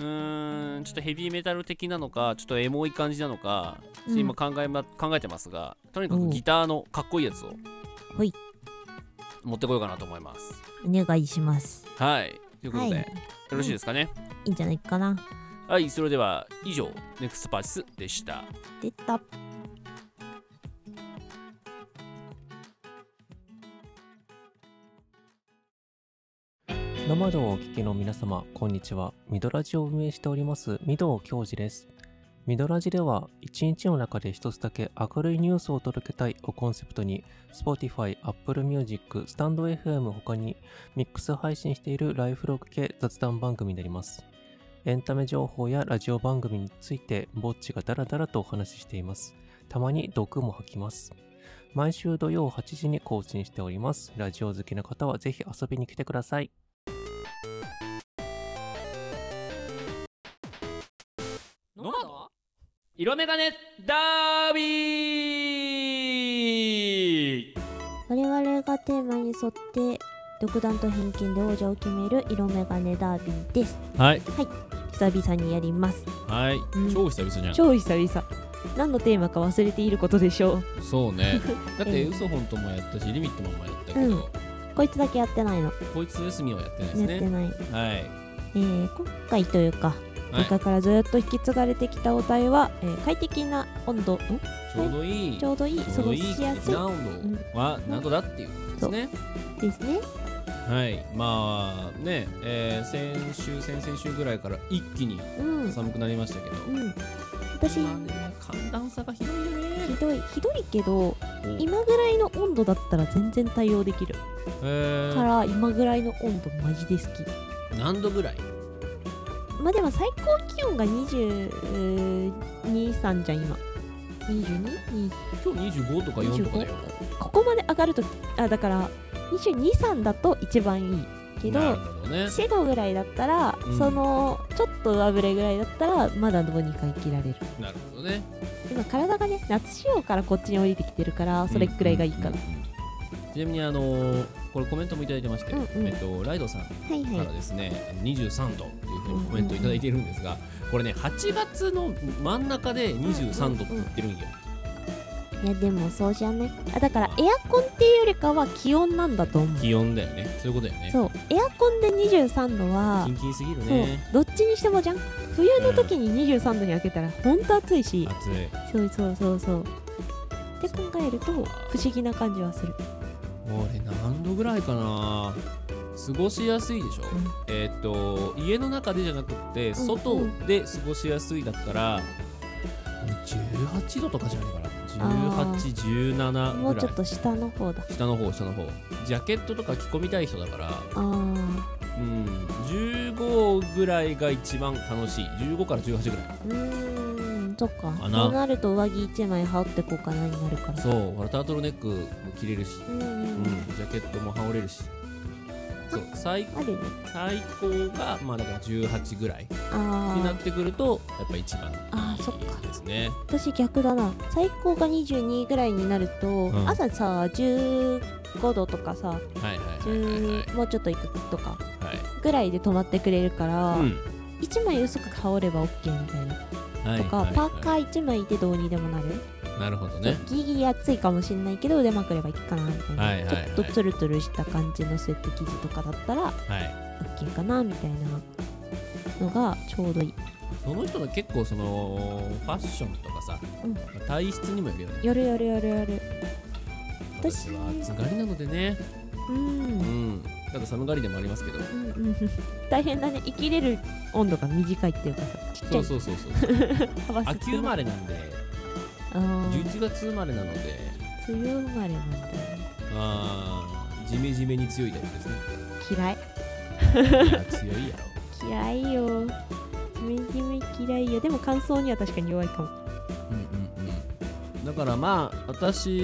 Speaker 1: うーんちょっとヘビーメタル的なのかちょっとエモい感じなのかちょっと今考え,、ま考えてますがとにかくギターのかっこいいやつを
Speaker 12: ほい
Speaker 1: 持ってこようかなと思います
Speaker 12: お願いします。
Speaker 1: はいということで、
Speaker 12: はい
Speaker 1: よろしいですかね、
Speaker 12: いいんじゃないかな。
Speaker 1: はいそれでは以上ネクストパーティスでした
Speaker 12: 出た。
Speaker 13: 生窓をお聞きの皆様、こんにちは。ミドラジを運営しております、ミドウ教授です。ミドラジでは、一日の中で一つだけ明るいニュースを届けたいをコンセプトに、Spotify、Apple Music、StandFM 他に、ミックス配信しているライフログ系雑談番組になります。エンタメ情報やラジオ番組について、ぼっちがダラダラとお話ししています。たまに毒も吐きます。毎週土曜8時に更新しております。ラジオ好きな方はぜひ遊びに来てください。
Speaker 1: 色眼鏡ダービー
Speaker 2: 我々がテーマに沿って独断と偏見で王者を決める色眼鏡ダービーです
Speaker 1: はい
Speaker 2: はい久々にやります
Speaker 1: はい、
Speaker 12: うん
Speaker 1: 超久々じゃん
Speaker 12: 超久々。何のテーマか忘れていることでしょう。
Speaker 1: そう ねだって
Speaker 12: ええ
Speaker 1: ウソホンともやったしリミットも前やったけど、
Speaker 12: うん。
Speaker 2: こいつだけやってないの
Speaker 1: こいつ休みはやってないですね
Speaker 2: やってない
Speaker 1: はい
Speaker 2: えー、今回というか
Speaker 1: はい
Speaker 12: 今回からずっと引き継がれてきたお題は、えー快適な温度ん
Speaker 1: ちょうどいい
Speaker 12: ちょうどいい
Speaker 1: ちょうどいい
Speaker 12: 過ごしやすい
Speaker 1: な温度は何度だっていうことですね
Speaker 2: ですね
Speaker 1: はいまあね、えー、先週先々週ぐらいから一気に
Speaker 2: うん
Speaker 1: 寒くなりましたけど、
Speaker 2: うん私
Speaker 1: 寒暖差がひどいよね
Speaker 2: ひどいひどいけど
Speaker 1: お
Speaker 2: 今ぐらいの温度だったら全然対応できる
Speaker 1: えー
Speaker 2: から今ぐらいの温度マジで好き
Speaker 1: 何度ぐらい
Speaker 12: まあでも最高気温が223じゃん今 22?
Speaker 1: 今日25とか4とかだよ
Speaker 12: ここまで上がるとあだから223だと一番いいけど
Speaker 1: なるほどね
Speaker 12: 4度ぐらいだったら、
Speaker 1: うん
Speaker 12: そのちょっと上振れぐらいだったらまだどうにか生きられる
Speaker 1: なるほどね
Speaker 12: 今体がね夏仕様からこっちに降りてきてるからそれくらいがいいかな、
Speaker 1: ちなみにあのーこれコメントもいただいてまして、
Speaker 12: うんうん
Speaker 1: えっとライドさんか
Speaker 12: いはい
Speaker 1: らですね、23度というふうにコメントいただいているんですが、これね8月の真ん中で23度って言ってるんよ、
Speaker 2: いやでもそうじゃないあだからエアコンっていうよりかは気温なんだと思
Speaker 1: 気温だよねそういうことだよね
Speaker 2: うそうエアコンで23度は
Speaker 1: キンキンすぎるね
Speaker 12: そうどっちにしてもじゃん冬の時に23度に開けたらほんと暑いし、
Speaker 1: 暑い
Speaker 12: そうそうそうそうって考えると不思議な感じはする
Speaker 1: 俺何度ぐらいかな過ごしやすいでしょ、えーっと家の中でじゃなくて外で過ごしやすいだったら、18度とかじゃないか
Speaker 2: あ
Speaker 1: な1817ぐらい
Speaker 2: もうちょっと下の方だ
Speaker 1: 下の方下の方ジャケットとか着込みたい人だから
Speaker 2: あー
Speaker 1: うん15ぐらいが一番楽しい15から18ぐらいう
Speaker 2: ーんそっか
Speaker 1: かな
Speaker 2: そうなると上着1枚羽織ってこうかなになるから
Speaker 1: そうほらタートルネックも着れるし、
Speaker 2: うんうんうん
Speaker 1: ジャケットも羽織れるしそう最最高がまあだから18ぐらいに
Speaker 2: あー
Speaker 1: なってくるとやっぱ一番
Speaker 2: あーそっか
Speaker 1: ですね
Speaker 2: 私逆だな最高が22ぐらいになると、
Speaker 1: ん
Speaker 2: 朝さ15度とかさ
Speaker 1: はいはい
Speaker 2: 10もうちょっといくとか
Speaker 1: はい
Speaker 2: ぐらいで止まってくれるから、
Speaker 1: うん
Speaker 2: 1枚薄く羽織れば OK みたいな、
Speaker 1: はい
Speaker 2: とか、
Speaker 1: はいはい
Speaker 2: パーカー1枚でどうにでもなる、
Speaker 1: なるほどね
Speaker 2: ギリギリ暑いかもしれないけど腕まくればいいかなみたいな、
Speaker 1: はいはいはい
Speaker 2: ちょっとツルツルした感じのスウェット生地とかだったら
Speaker 1: はい
Speaker 2: OK かなみたいなのがちょうどいい
Speaker 1: その人の結構そのファッションとかさ、
Speaker 2: うん
Speaker 1: 体質にもよるよね
Speaker 2: やるやるやるやる私
Speaker 1: は暑がりなのでね
Speaker 2: うん
Speaker 1: うんただ寒がりでもありますけど、
Speaker 12: うん大変だね生きれる温度が短いっていうかさちっちゃ
Speaker 1: そ
Speaker 12: いう
Speaker 1: そうそうそう
Speaker 12: 幅狭い
Speaker 1: 秋生まれなんで
Speaker 12: あー
Speaker 1: 11月生まれなので
Speaker 12: 梅雨生まれなんだよね
Speaker 1: あージメジメに強いタイプですね
Speaker 2: 嫌い
Speaker 1: いや強いやろ
Speaker 2: 嫌いよジメジメ嫌いよでも乾燥には確かに弱いかも
Speaker 1: だからまあ私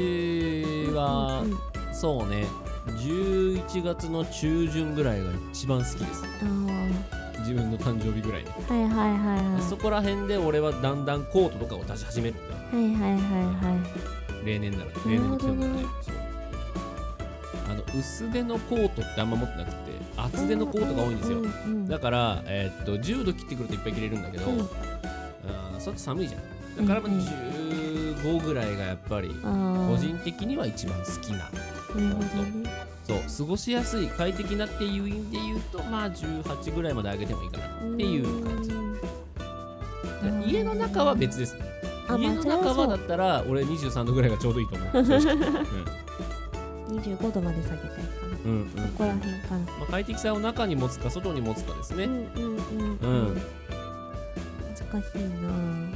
Speaker 1: は
Speaker 2: うんうん
Speaker 1: そうね11月の中旬ぐらいが一番好きです自分の誕生日ぐらいに
Speaker 14: はいはいはいはい
Speaker 1: そこら辺で俺はだんだんコートとかを出し始めるんだ
Speaker 14: はいはいはいはい
Speaker 1: 例年なら例
Speaker 14: なる
Speaker 1: 年
Speaker 14: ほ
Speaker 1: の気
Speaker 14: ど
Speaker 1: 温
Speaker 14: な
Speaker 1: あの薄手のコートってあんま持ってなくて厚手のコートが多いんですよ、
Speaker 15: うんうんうん
Speaker 1: だから、えーっと10度切ってくるといっぱい着れるんだけど、
Speaker 15: うん
Speaker 1: あーそれって寒いじゃんだからまあ15ぐらいがやっぱり
Speaker 15: あー
Speaker 1: 個人的には一番好きなそう過ごしやすい快適なっていう意味で言うとまあ18ぐらいまで上げてもいいかなっていう感じ家の中は別です
Speaker 2: あ
Speaker 1: 家の
Speaker 2: まあそれ
Speaker 1: 中
Speaker 2: はそう
Speaker 1: はだったら俺23度ぐらいがちょうどいいと思う 正直うん
Speaker 2: 25度まで下げたいかな
Speaker 1: うんうん
Speaker 2: そこら辺かな
Speaker 1: まあ、快適さを中に持つか外に持つかですね。
Speaker 2: うんうん
Speaker 1: う、
Speaker 2: うんん難しいなぁ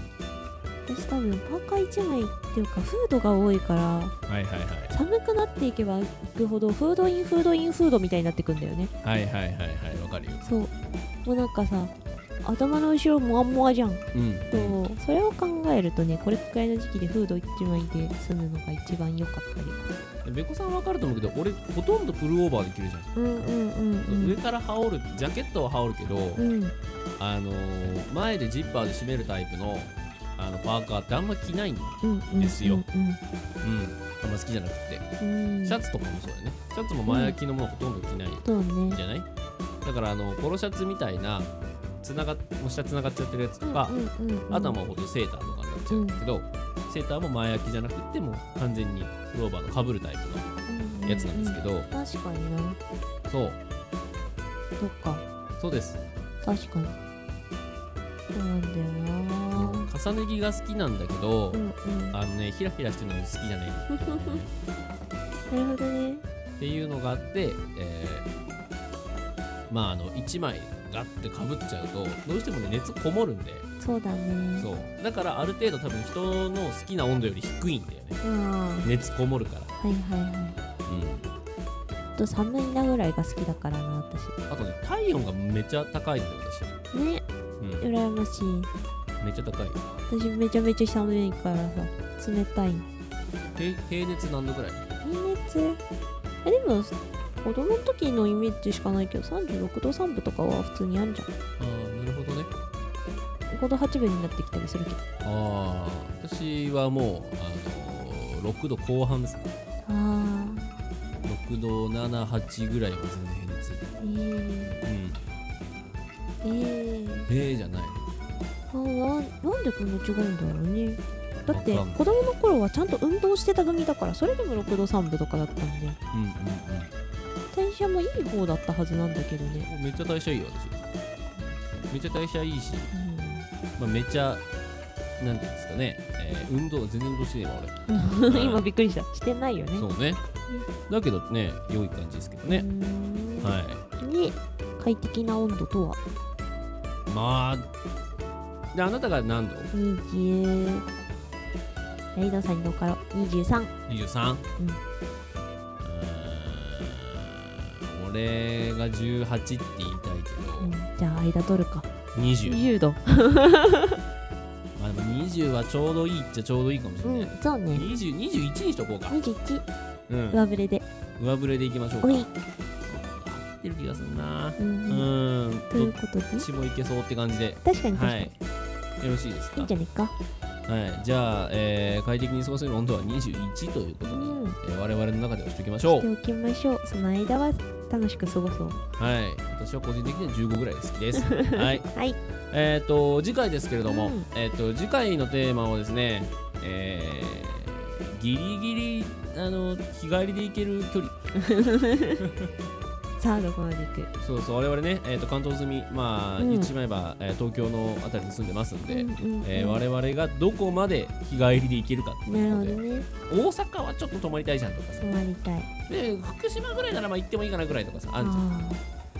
Speaker 2: 私多分パーカー1枚っていうかフードが多いから
Speaker 1: はいはいはい。
Speaker 2: 寒くなっていけばいくほどフードインフードインフードみたいになってくんだよね
Speaker 1: はいはいはいはい、わかるよ。
Speaker 2: そうもうなんかさ頭の後ろもわもわじゃん、
Speaker 1: うん
Speaker 2: そうそれを考えるとねこれくらいの時期でフード1枚で済むのが一番良かったり
Speaker 1: べこさんわかると思うけど、俺ほとんどプルオーバーできるじゃん。
Speaker 2: うんうんうん
Speaker 1: 上から羽織る、ジャケットは羽織るけど、
Speaker 2: うん
Speaker 1: あのー前でジッパーで締めるタイプのあのパーカーってあんま着ないんだ。
Speaker 2: うんうん
Speaker 1: ですよ
Speaker 2: うん
Speaker 1: うん、あんま好きじゃなくて。
Speaker 2: うん
Speaker 1: シャツとかもそうだよね。シャツも前開きのものほとんど着ない
Speaker 2: そうね
Speaker 1: じゃない、だからあの、ポロシャツみたいな、つながっもう下つながっちゃってるやつとか、
Speaker 2: うんうんうん
Speaker 1: あとはまあほんとセーターとかになっちゃうんだけど、セーターも前開きじゃなくってもう完全にクローバーのかぶるタイプのやつなんですけど、
Speaker 2: うんうんうん確かにな
Speaker 1: そう
Speaker 2: そっか
Speaker 1: そうです
Speaker 2: 確かにそうなんだよなぁ
Speaker 1: 重ね着が好きなんだけど、
Speaker 2: うんうん
Speaker 1: あのねひらひらしてるの好きじゃないっ
Speaker 2: なるほどね
Speaker 1: ていうのがあって、えーまああの1枚ガッてかぶっちゃうとどうしてもね熱こもるんで
Speaker 2: そうだね
Speaker 1: そうだからある程度多分人の好きな温度より低いんだよね
Speaker 2: うん
Speaker 1: 熱こもるから
Speaker 2: はいはいはい
Speaker 1: うん
Speaker 2: ちょっと寒いなぐらいが好きだからな私
Speaker 1: あとね体温がめちゃ高いんだよ
Speaker 2: ね、
Speaker 1: うん
Speaker 2: 羨ましい
Speaker 1: 私めちゃ高いよ
Speaker 2: 私めちゃめちゃ寒いからさ冷たい
Speaker 1: 平平熱何度ぐらい
Speaker 2: 平熱えでも子供の時のイメージしかないけど36度3分とかは普通にあるじゃん
Speaker 1: ああなるほどね
Speaker 2: 5度8分になってきたりするけど
Speaker 1: ああ私はもう、あのー、6度後半ですね
Speaker 2: あー
Speaker 1: 6度78ぐらいは全然平熱
Speaker 2: えー、
Speaker 1: うん
Speaker 2: えー、
Speaker 1: ええじゃない
Speaker 2: あーななんでこんな違うんだろうねだって
Speaker 1: わかんない
Speaker 2: 子供の頃はちゃんと運動してた組だからそれでも6度3分とかだったんで
Speaker 1: うんうん
Speaker 2: 代謝もいい方だったはずなんだけどね
Speaker 1: うんめっちゃ代謝いいよ私めっちゃ代謝いいし、まあ、めっちゃなんていうんですかね、えー運動全然運動してねえわ俺
Speaker 2: 今びっくりしたしてないよね
Speaker 1: そうねだけどね良い感じですけどねはい
Speaker 2: に快適な温度とは
Speaker 1: まあであなたが何度
Speaker 2: 20ライドさんに乗っかろう23
Speaker 1: 23?
Speaker 2: うん
Speaker 1: うん俺が18って言いたいけど、
Speaker 2: じゃあ間取るか
Speaker 1: 20
Speaker 2: 20度
Speaker 1: まあでも20はちょうどいいっちゃちょうどいいかもしれ
Speaker 2: う
Speaker 1: ない、
Speaker 2: んそうね
Speaker 1: 20 21にしとこうか
Speaker 2: 21
Speaker 1: うん
Speaker 2: 上振れで
Speaker 1: 上振れでいきましょうか
Speaker 2: おい
Speaker 1: 合ってる気がするな
Speaker 2: う
Speaker 1: うんん
Speaker 2: ということで
Speaker 1: どっちもいけそうって感じで
Speaker 2: 確かに確かに
Speaker 1: はい、よろしいですか
Speaker 2: いいんじゃねえか
Speaker 1: はい、じゃあ、えー快適に過ごせる温度は21ということに、
Speaker 2: うん
Speaker 1: えー我々の中ではしておきましょ
Speaker 2: して
Speaker 1: う
Speaker 2: おきましょうその間は楽しく過ごそう
Speaker 1: はい私は個人的には15ぐらいが好きですはい、
Speaker 2: はい
Speaker 1: えっ、と次回ですけれども、
Speaker 2: うん
Speaker 1: えっ、と次回のテーマはですねえーギリギリあの日帰りで行ける距離
Speaker 2: さあどこまで行く
Speaker 1: そうそう我々ね、えー、と関東済みまあ、
Speaker 2: うん
Speaker 1: 言ってしまえば、えー東京のあたりに住んでますんで、
Speaker 2: うんうんうん
Speaker 1: えー我々がどこまで日帰りで行けるかっていう
Speaker 2: な
Speaker 1: の
Speaker 2: る
Speaker 1: で
Speaker 2: ほどね
Speaker 1: 大阪はちょっと泊まりたいじゃんとかさ
Speaker 2: 泊まりたい
Speaker 1: で福島ぐらいならまあ行ってもいいかなぐらいとかさあ
Speaker 2: あ
Speaker 1: るじゃん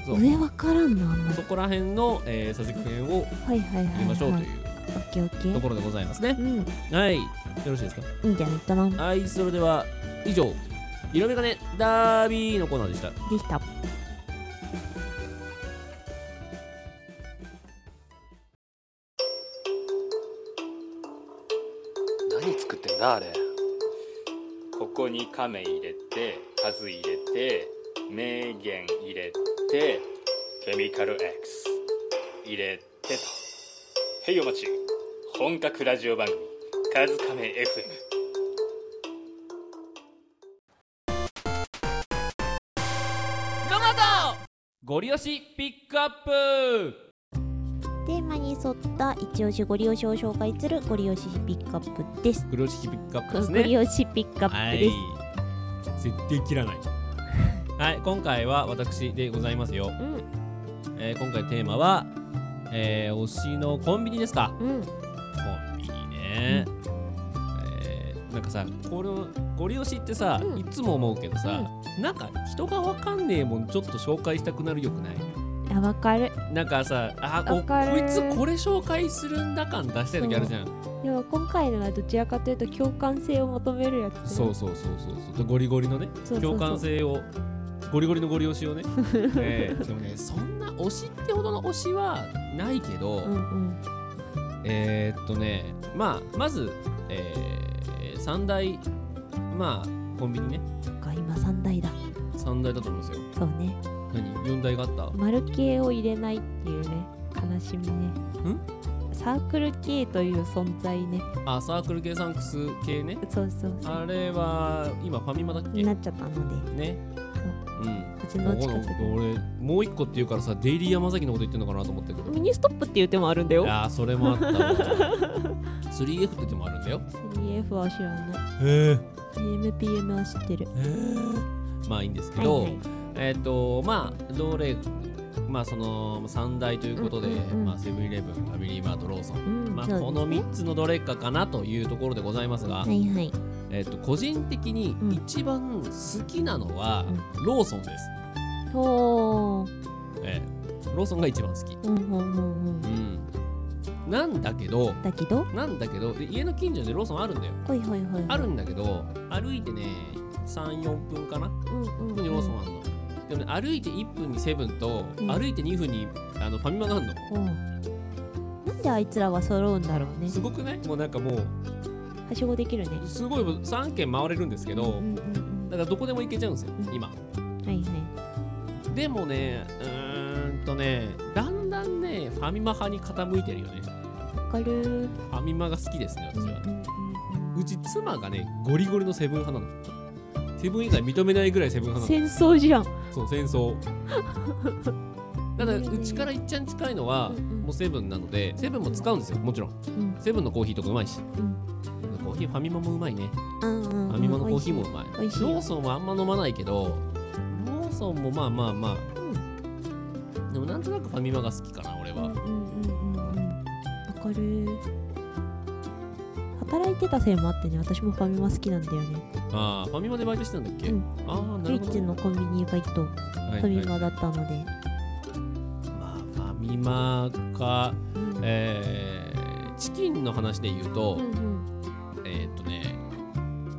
Speaker 2: ー
Speaker 1: そう
Speaker 2: 上わからんなあんまり
Speaker 1: そこら辺の、えー、さじ加減を
Speaker 2: はいはいはいはい
Speaker 1: 言いましょうという
Speaker 2: オッケーオッケー
Speaker 1: ところでございますね、
Speaker 2: うん
Speaker 1: はいよろしいですか
Speaker 2: いいんじゃないかな
Speaker 1: はいそれでは以上色眼鏡ダービーのコーナーでした。
Speaker 16: でした。
Speaker 4: 何作ってんだあれここに亀入れて数入れて名言入れてケミカル X 入れてと「へいお待ち」本格ラジオ番組「カズカメ FM」
Speaker 13: ゴリ押しピックアップ
Speaker 17: テーマに沿った一押しゴリ押しを紹介するゴリ押しピックアップです。
Speaker 1: ゴリ押しピックアップですね。
Speaker 17: ゴリ押しピックアップです。
Speaker 1: はい。絶対切らない。はい、今回は私でございますよ。えー今回テーマは、えー推しのコンビニですか。
Speaker 17: うん
Speaker 1: コンビニね。えーなんかさ、これをゴリ押しってさ、いつも思うけどさ、なんか人がわかんねえもんちょっと紹介したくなるよくない
Speaker 2: いやわかる
Speaker 1: なんかさ、あ、お
Speaker 2: わかる
Speaker 1: こいつこれ紹介するんだ感出したい時あるじゃん。
Speaker 2: でも今回のはどちらかというと共感性を求めるやつ
Speaker 1: そうそうそうそうそうでゴリゴリのね
Speaker 2: そうそうそ
Speaker 1: 共
Speaker 2: う
Speaker 1: 感性をゴリゴリのゴリ押し をね、ええでもねそんな推しってほどの推しはないけど、えーっとねまあまず、えー、三大まあコンビニね
Speaker 17: か今三台だ。
Speaker 1: 三大だと思うんですよ
Speaker 17: そうね。
Speaker 1: 何四大があった
Speaker 2: 丸系を入れないっていうね悲しみねサークル系という存在ね
Speaker 1: あサークル系サンクス系ね
Speaker 2: そうそうそう
Speaker 1: あれは今ファミマだっけ
Speaker 2: なっちゃったので
Speaker 1: ねうん
Speaker 2: うちの近くで
Speaker 1: この俺もう一個って言うからさデイリー山崎のこと言ってんのかなと思ったけど
Speaker 2: ミニストップっていう手もあるんだよ
Speaker 1: ああそれもあったわ 3F って手もあるんだよ
Speaker 2: DF は知らない
Speaker 1: へえ
Speaker 2: AMPM は知ってる
Speaker 1: まあいいんですけど、
Speaker 2: はいはい
Speaker 1: えっ、とまあどれまあその3大ということで、
Speaker 13: うんうんうん
Speaker 1: まあ、セブンイレブンファミリーマートローソン、
Speaker 13: うん
Speaker 1: まあ、
Speaker 13: そうですね
Speaker 1: この3つのどれかかなというところでございますが、
Speaker 17: はいはい。
Speaker 1: えっと個人的に一番好きなのは、ローソンです、
Speaker 17: ほー。
Speaker 1: ええローソンが一番好き、
Speaker 17: うんうんうんうん。
Speaker 1: うん、なんだけど
Speaker 17: だけど
Speaker 1: なんだけどで家の近所でローソンあるんだよ
Speaker 17: ほいほいほい。
Speaker 1: あるんだけど歩いてね34分かな、
Speaker 17: うんうん
Speaker 1: にローソンあんのでもね歩いて1分にセブンと、
Speaker 17: うん
Speaker 1: 歩いて2分にあのファミマがあんの
Speaker 17: うん。なんであいつらは揃うんだろうね。
Speaker 1: すごくないもうなんかもう
Speaker 2: はしごできるね
Speaker 1: すごい3軒回れるんですけど、だからどこでも行けちゃうんですよ、今
Speaker 2: はいはい
Speaker 1: でもねうーんとねだんだんねファミマ派に傾いてるよね
Speaker 2: わかる
Speaker 1: ファミマが好きですね私は、うち妻がねゴリゴリのセブン派なのセブン以外認めないぐらいセブン派な
Speaker 2: 戦
Speaker 1: の
Speaker 2: 争じゃん
Speaker 1: そう戦 争ただうちからいっちゃん近いのはもうセブンなのでセブンも使うんですよもちろん、
Speaker 17: ん
Speaker 1: セブンのコーヒーとかうまいし、コーヒーファミマもうまいね
Speaker 17: うんうんうん。
Speaker 1: ファミマのコーヒーもうまい
Speaker 17: 美味しい
Speaker 1: ローソンはあんま飲まないけどローソンもまあまあまあ、でもなんとなくファミマが好きかな俺は、
Speaker 2: わかる働いてたせいもあってね私もファミマ好きなんだよね
Speaker 1: ああファミマでバイトしてたんだっけ、ああな
Speaker 2: 唯
Speaker 1: るほ
Speaker 2: 一
Speaker 1: ど
Speaker 2: のコンビニバイト、
Speaker 1: い
Speaker 2: ファミマだったので
Speaker 1: ファミマか、えーチキンの話で言うと、えーっとね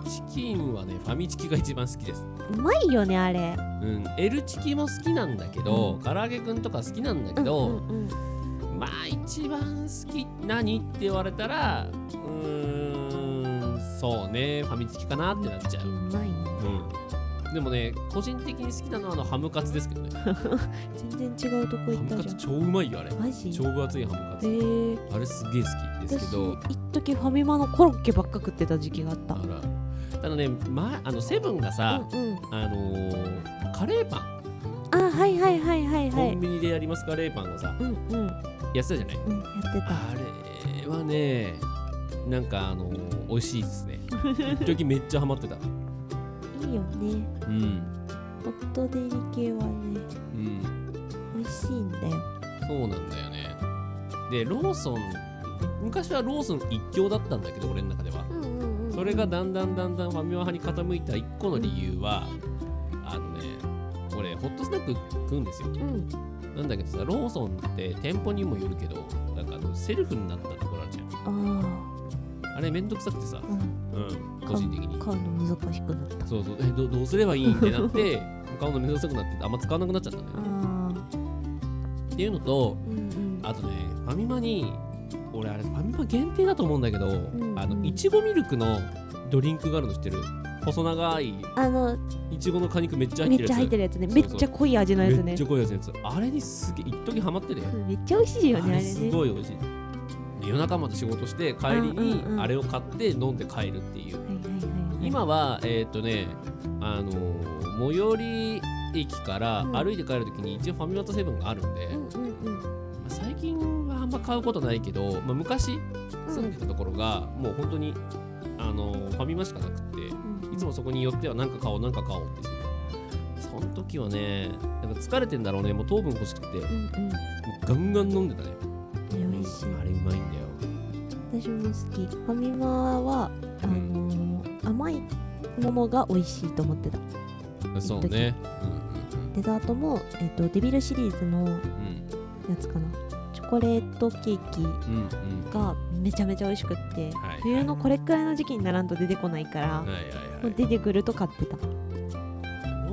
Speaker 1: チキンはねファミチキが一番好きです
Speaker 2: うまいよねあれ
Speaker 1: うん、L チキも好きなんだけど、唐揚げくんとか好きなんだけど、まあ一番好き何って言われたらうーんそうねファミチキかなってなっちゃう、う
Speaker 2: まい
Speaker 1: ん、でもね個人的に好きなのはあのハムカツですけどね
Speaker 2: 全然違うとこ行っ
Speaker 1: ハ
Speaker 2: た
Speaker 1: ムカ
Speaker 2: じゃ
Speaker 1: ツ
Speaker 2: ん
Speaker 1: 超うまいよあれ
Speaker 2: マジ
Speaker 1: 超分厚いハムカツ、
Speaker 2: へー
Speaker 1: あれすげえ好きですけど
Speaker 2: 一時ファミマのコロッケばっか食ってた時期があった
Speaker 1: ただね、ま、あのセブンがさ、
Speaker 2: うんうん
Speaker 1: あのーカレーパン
Speaker 2: あはいはいはいはいは
Speaker 1: コ
Speaker 2: い
Speaker 1: ンビニでやりますカレーパンをさ、
Speaker 2: うんうん
Speaker 1: やってたじゃない、
Speaker 2: うんやってた
Speaker 1: あれはねなんかあのー美味しいですね一時めっちゃハマってた
Speaker 2: いいよね
Speaker 1: うん
Speaker 2: ホットデリ系はね
Speaker 1: うん
Speaker 2: 美味しいんだよ
Speaker 1: そうなんだよねでローソン昔はローソン一強だったんだけど俺の中では、それがだんだんだんだんファミマ派に傾いた一個の理由はあのね俺ホットスナック食うんですよ、なんだけどさローソンって店舗にもよるけどなんかあのセルフになったところあるじゃん
Speaker 2: ああ
Speaker 1: ああれめんどくさくてさ、うん、個人的に。
Speaker 18: 買うの難しくなった
Speaker 1: そうそうえどどうすればいいってなって買うのめんどくさくなってあんま使わなくなっちゃったんだよね。っていうのと、あとねファミマに俺あれファミマ限定だと思うんだけど、あのいちごミルクのドリンクがあるの知ってる細長い
Speaker 19: あの
Speaker 1: いちごの果肉めっちゃ入
Speaker 19: め
Speaker 1: っ
Speaker 19: って
Speaker 1: る
Speaker 19: ちゃ
Speaker 1: やつ
Speaker 19: 入ってるやつね
Speaker 1: そう
Speaker 19: め
Speaker 1: そう
Speaker 19: っちゃ濃い味のやつ
Speaker 1: め
Speaker 19: ね
Speaker 1: っちゃ濃いやつやつあれにすげえ一時ハマってるやん
Speaker 19: めっちゃ美味しいよねあ
Speaker 1: あ
Speaker 19: れ
Speaker 1: れ
Speaker 19: ね
Speaker 1: すごい美味しい夜中まで仕事して帰りにあれを買って飲んで帰るっていう今はえーっとねあのー最寄り駅から歩いて帰るときに一応ファミマとセブンがあるんで、まあ最近はあんま買うことないけど、まあ、昔住んでたところがもう本当にあのーファミマしかなくって、いつもそこに寄っては何か買おう何か買おうってその時はねなんか疲れてんだろうねもう糖分欲しくて、
Speaker 18: うん
Speaker 1: ガンガン飲んでたね
Speaker 18: うん美味しい
Speaker 1: あれうまいんだよ
Speaker 18: 私も好きファミマはあのー甘い桃が美味しいと思ってた
Speaker 1: そうね
Speaker 18: デザートも、えっとデビルシリーズのやつかな、チョコレートケーキ
Speaker 1: うんうん
Speaker 18: がめちゃめちゃ美味しくって、
Speaker 1: はい
Speaker 18: 冬のこれくらいの時期にならんと出てこないから、
Speaker 1: はいはいはい
Speaker 18: もう出てくると買ってた
Speaker 1: ロ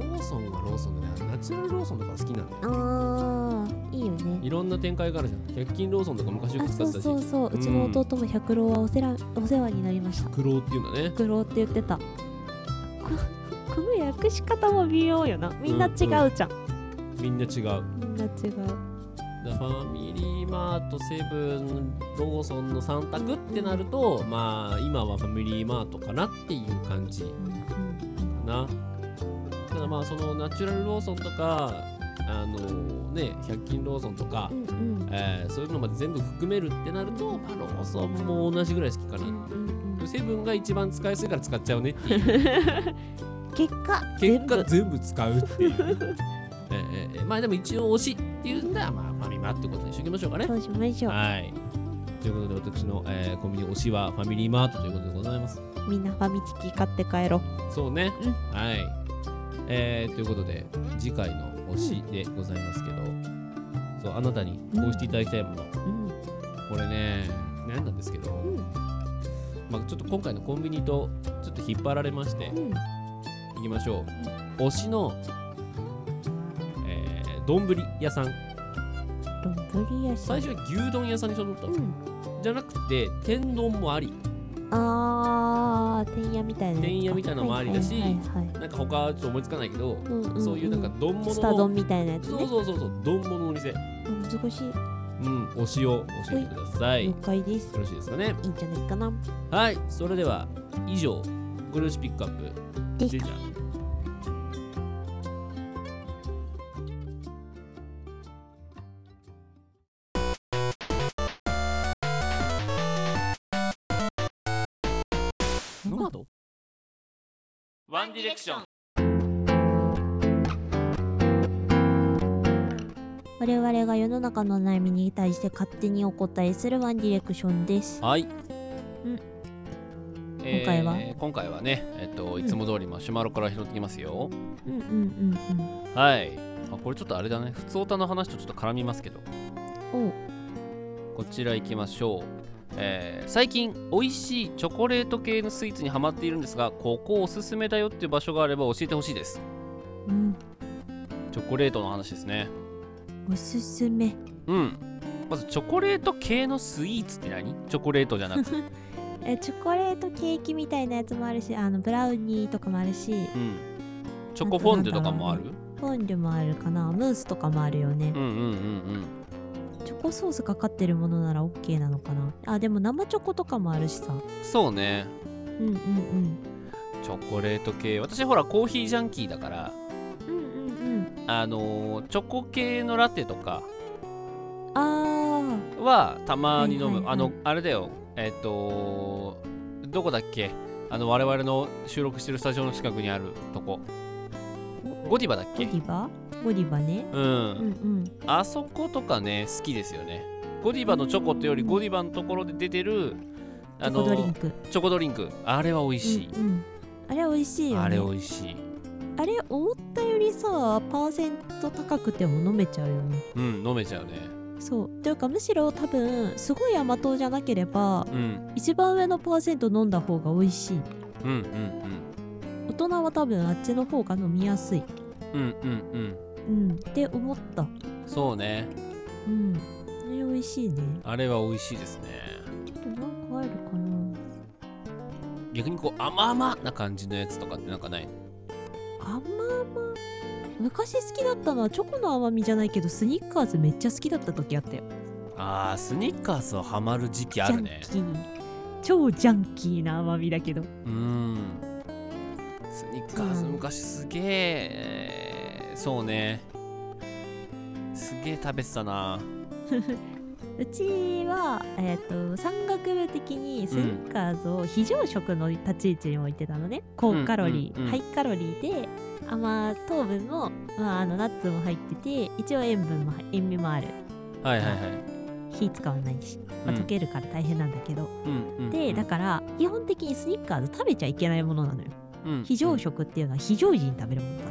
Speaker 1: ーソンはローソンでねナチュラルローソンとか好きなんだよ
Speaker 18: あーいいよね
Speaker 1: いろんな展開があるじゃん100均ローソンとか昔よ
Speaker 18: あ
Speaker 1: く使
Speaker 18: そ
Speaker 1: っ
Speaker 18: う
Speaker 1: てたし
Speaker 18: そうそう、うちの
Speaker 1: ん
Speaker 18: 弟も百郎はおせらお世話になりました
Speaker 1: 苦労っていうのね
Speaker 18: 百郎って言ってたここの訳し方も微妙よなみんな違うじゃん、
Speaker 1: みんな違うだか
Speaker 18: みんな違う
Speaker 1: らファミリーマートセブンローソンの3択ってなると、まあ今はファミリーマートかなっていう感じかなただまあそのナチュラルローソンとかあのね100均ローソンとか、えーそういうのまで全部含めるってなると、まあ、ローソンも同じぐらい好きかな、セブンが一番使いやすいから使っちゃうねっていう
Speaker 18: 結果
Speaker 1: 結果全部使うっていうええええまあでも一応推しっていうんだまあファミマってことにしときましょうかね
Speaker 18: そうしましょう
Speaker 1: はいということで私の、えーコンビニ推しはファミリーマートということでございます
Speaker 18: みんなファミチキ買って帰ろう
Speaker 1: そうね、はいえー、ということで次回の推しでございますけど、そうあなたに推していただきたいもの、これね悩んだんですけど、まあ、ちょっと今回のコンビニとちょっと引っ張られまして、
Speaker 18: うん
Speaker 1: いきましょう推しのえー丼、屋さん
Speaker 18: 丼屋さ
Speaker 1: 最
Speaker 18: ん
Speaker 1: 初は牛丼屋さんにしようと思ったの、じゃなくて天丼もあり
Speaker 18: あーてんやみたいな
Speaker 1: てんやみたいなのもありだし、
Speaker 18: はいはいはい
Speaker 1: なんか他はちょっと思いつかないけど、
Speaker 18: んうんうん
Speaker 1: そういうなんか丼物の
Speaker 18: スタ丼みたいなやつね
Speaker 1: そうそうそうそう丼物のお店
Speaker 18: はい難しい
Speaker 1: うん推しを教えてください
Speaker 18: 了解です
Speaker 1: よろしいですかね
Speaker 18: いいんじゃないかな
Speaker 1: はいそれでは以上ご両親ピックアップ
Speaker 18: で
Speaker 1: し
Speaker 18: した
Speaker 1: たノマド
Speaker 8: ワンディレクション
Speaker 2: 我々が世の中の悩みに対して勝手にお答えするワンディレクションです。
Speaker 1: はい
Speaker 2: うん
Speaker 1: えー
Speaker 2: 今回は
Speaker 1: 今回はねえっといつも通りマシュマロから拾ってきますよ、
Speaker 2: うんうん
Speaker 1: はいあこれちょっとあれだね普通オタの話とちょっと絡みますけど
Speaker 2: うんうん。おう
Speaker 1: こちら行きましょう、えー最近美味しいチョコレート系のスイーツにハマっているんですがここおすすめだよっていう場所があれば教えてほしいです
Speaker 2: うん
Speaker 1: チョコレートの話ですね
Speaker 2: おすすめ。
Speaker 1: うんまずチョコレート系のスイーツって何チョコレートじゃなくて
Speaker 2: えチョコレートケーキみたいなやつもあるし、あのブラウニーとかもあるし、
Speaker 1: うんチョコフォンデュとかもある
Speaker 2: フォンデュもあるかな、ムースとかもあるよね。
Speaker 1: うんうんうん
Speaker 2: チョコソースかかってるものなら OK なのかな。あ、でも生チョコとかもあるしさ。
Speaker 1: うんそうね
Speaker 2: うんうんうん。
Speaker 1: チョコレート系私ほらコーヒージャンキーだから
Speaker 2: うんうん。
Speaker 1: あのーチョコ系のラテとか
Speaker 2: あー。
Speaker 1: はたまに飲む、
Speaker 2: はいはいはい
Speaker 1: あのあれだよえっ、とどこだっけあの我々の収録してるスタジオの近くにあるとこゴディバだっ
Speaker 2: ゴデ
Speaker 1: け
Speaker 2: ィバゴディバね。
Speaker 1: うん、
Speaker 2: うんうん。
Speaker 1: あそことかね好きですよねゴディバのチョコってよりゴディバのところで出てるあの
Speaker 2: チョコドリンク
Speaker 1: チョコドリンクあれは美味しい、
Speaker 2: うんうん、あれ美味しいよね
Speaker 1: あれ美味しい
Speaker 2: あれ思ったよりさパーセント高くても飲めちゃうよね
Speaker 1: うん飲めちゃうね
Speaker 2: そうというかむしろ多分すごい甘党じゃなければ、
Speaker 1: うん
Speaker 2: 一番上のパーセント飲んだ方が美味しい
Speaker 1: うんうん
Speaker 2: 大人は多分あっちの方が飲みやすい
Speaker 1: うんうんうんうん
Speaker 2: うんって思った
Speaker 1: そうね
Speaker 2: うんあれ美味しいね
Speaker 1: あれは美味しいですね
Speaker 2: ちょっとなんかあるかな
Speaker 1: 逆にこう甘々な感じのやつとかってなんかない
Speaker 2: 甘々昔好きだったのはチョコの甘みじゃないけどスニッカーズめっちゃ好きだった時あったよ
Speaker 1: あースニッカースをハマる時期あるね
Speaker 2: ジャンキー超ジャンキーな甘みだけど
Speaker 1: うんスニッカーズ昔すげえそうねすげえ食べてたな
Speaker 2: うちは、えー、と山岳部的にスニッカーズを非常食の立ち位置に置いてたのね、高カロリー、
Speaker 20: うんうんうん
Speaker 2: ハイカロリーで甘糖分も、まあ、あのナッツも入ってて一応塩分も塩味もある
Speaker 1: はいはいはい
Speaker 2: 火使わないし、まあ
Speaker 1: うん
Speaker 2: 溶けるから大変なんだけど、
Speaker 1: うんうん
Speaker 2: でだから基本的にスニッカーズ食べちゃいけないものなのよ、
Speaker 1: うん
Speaker 2: 非常食っていうのは非常時に食べるものだか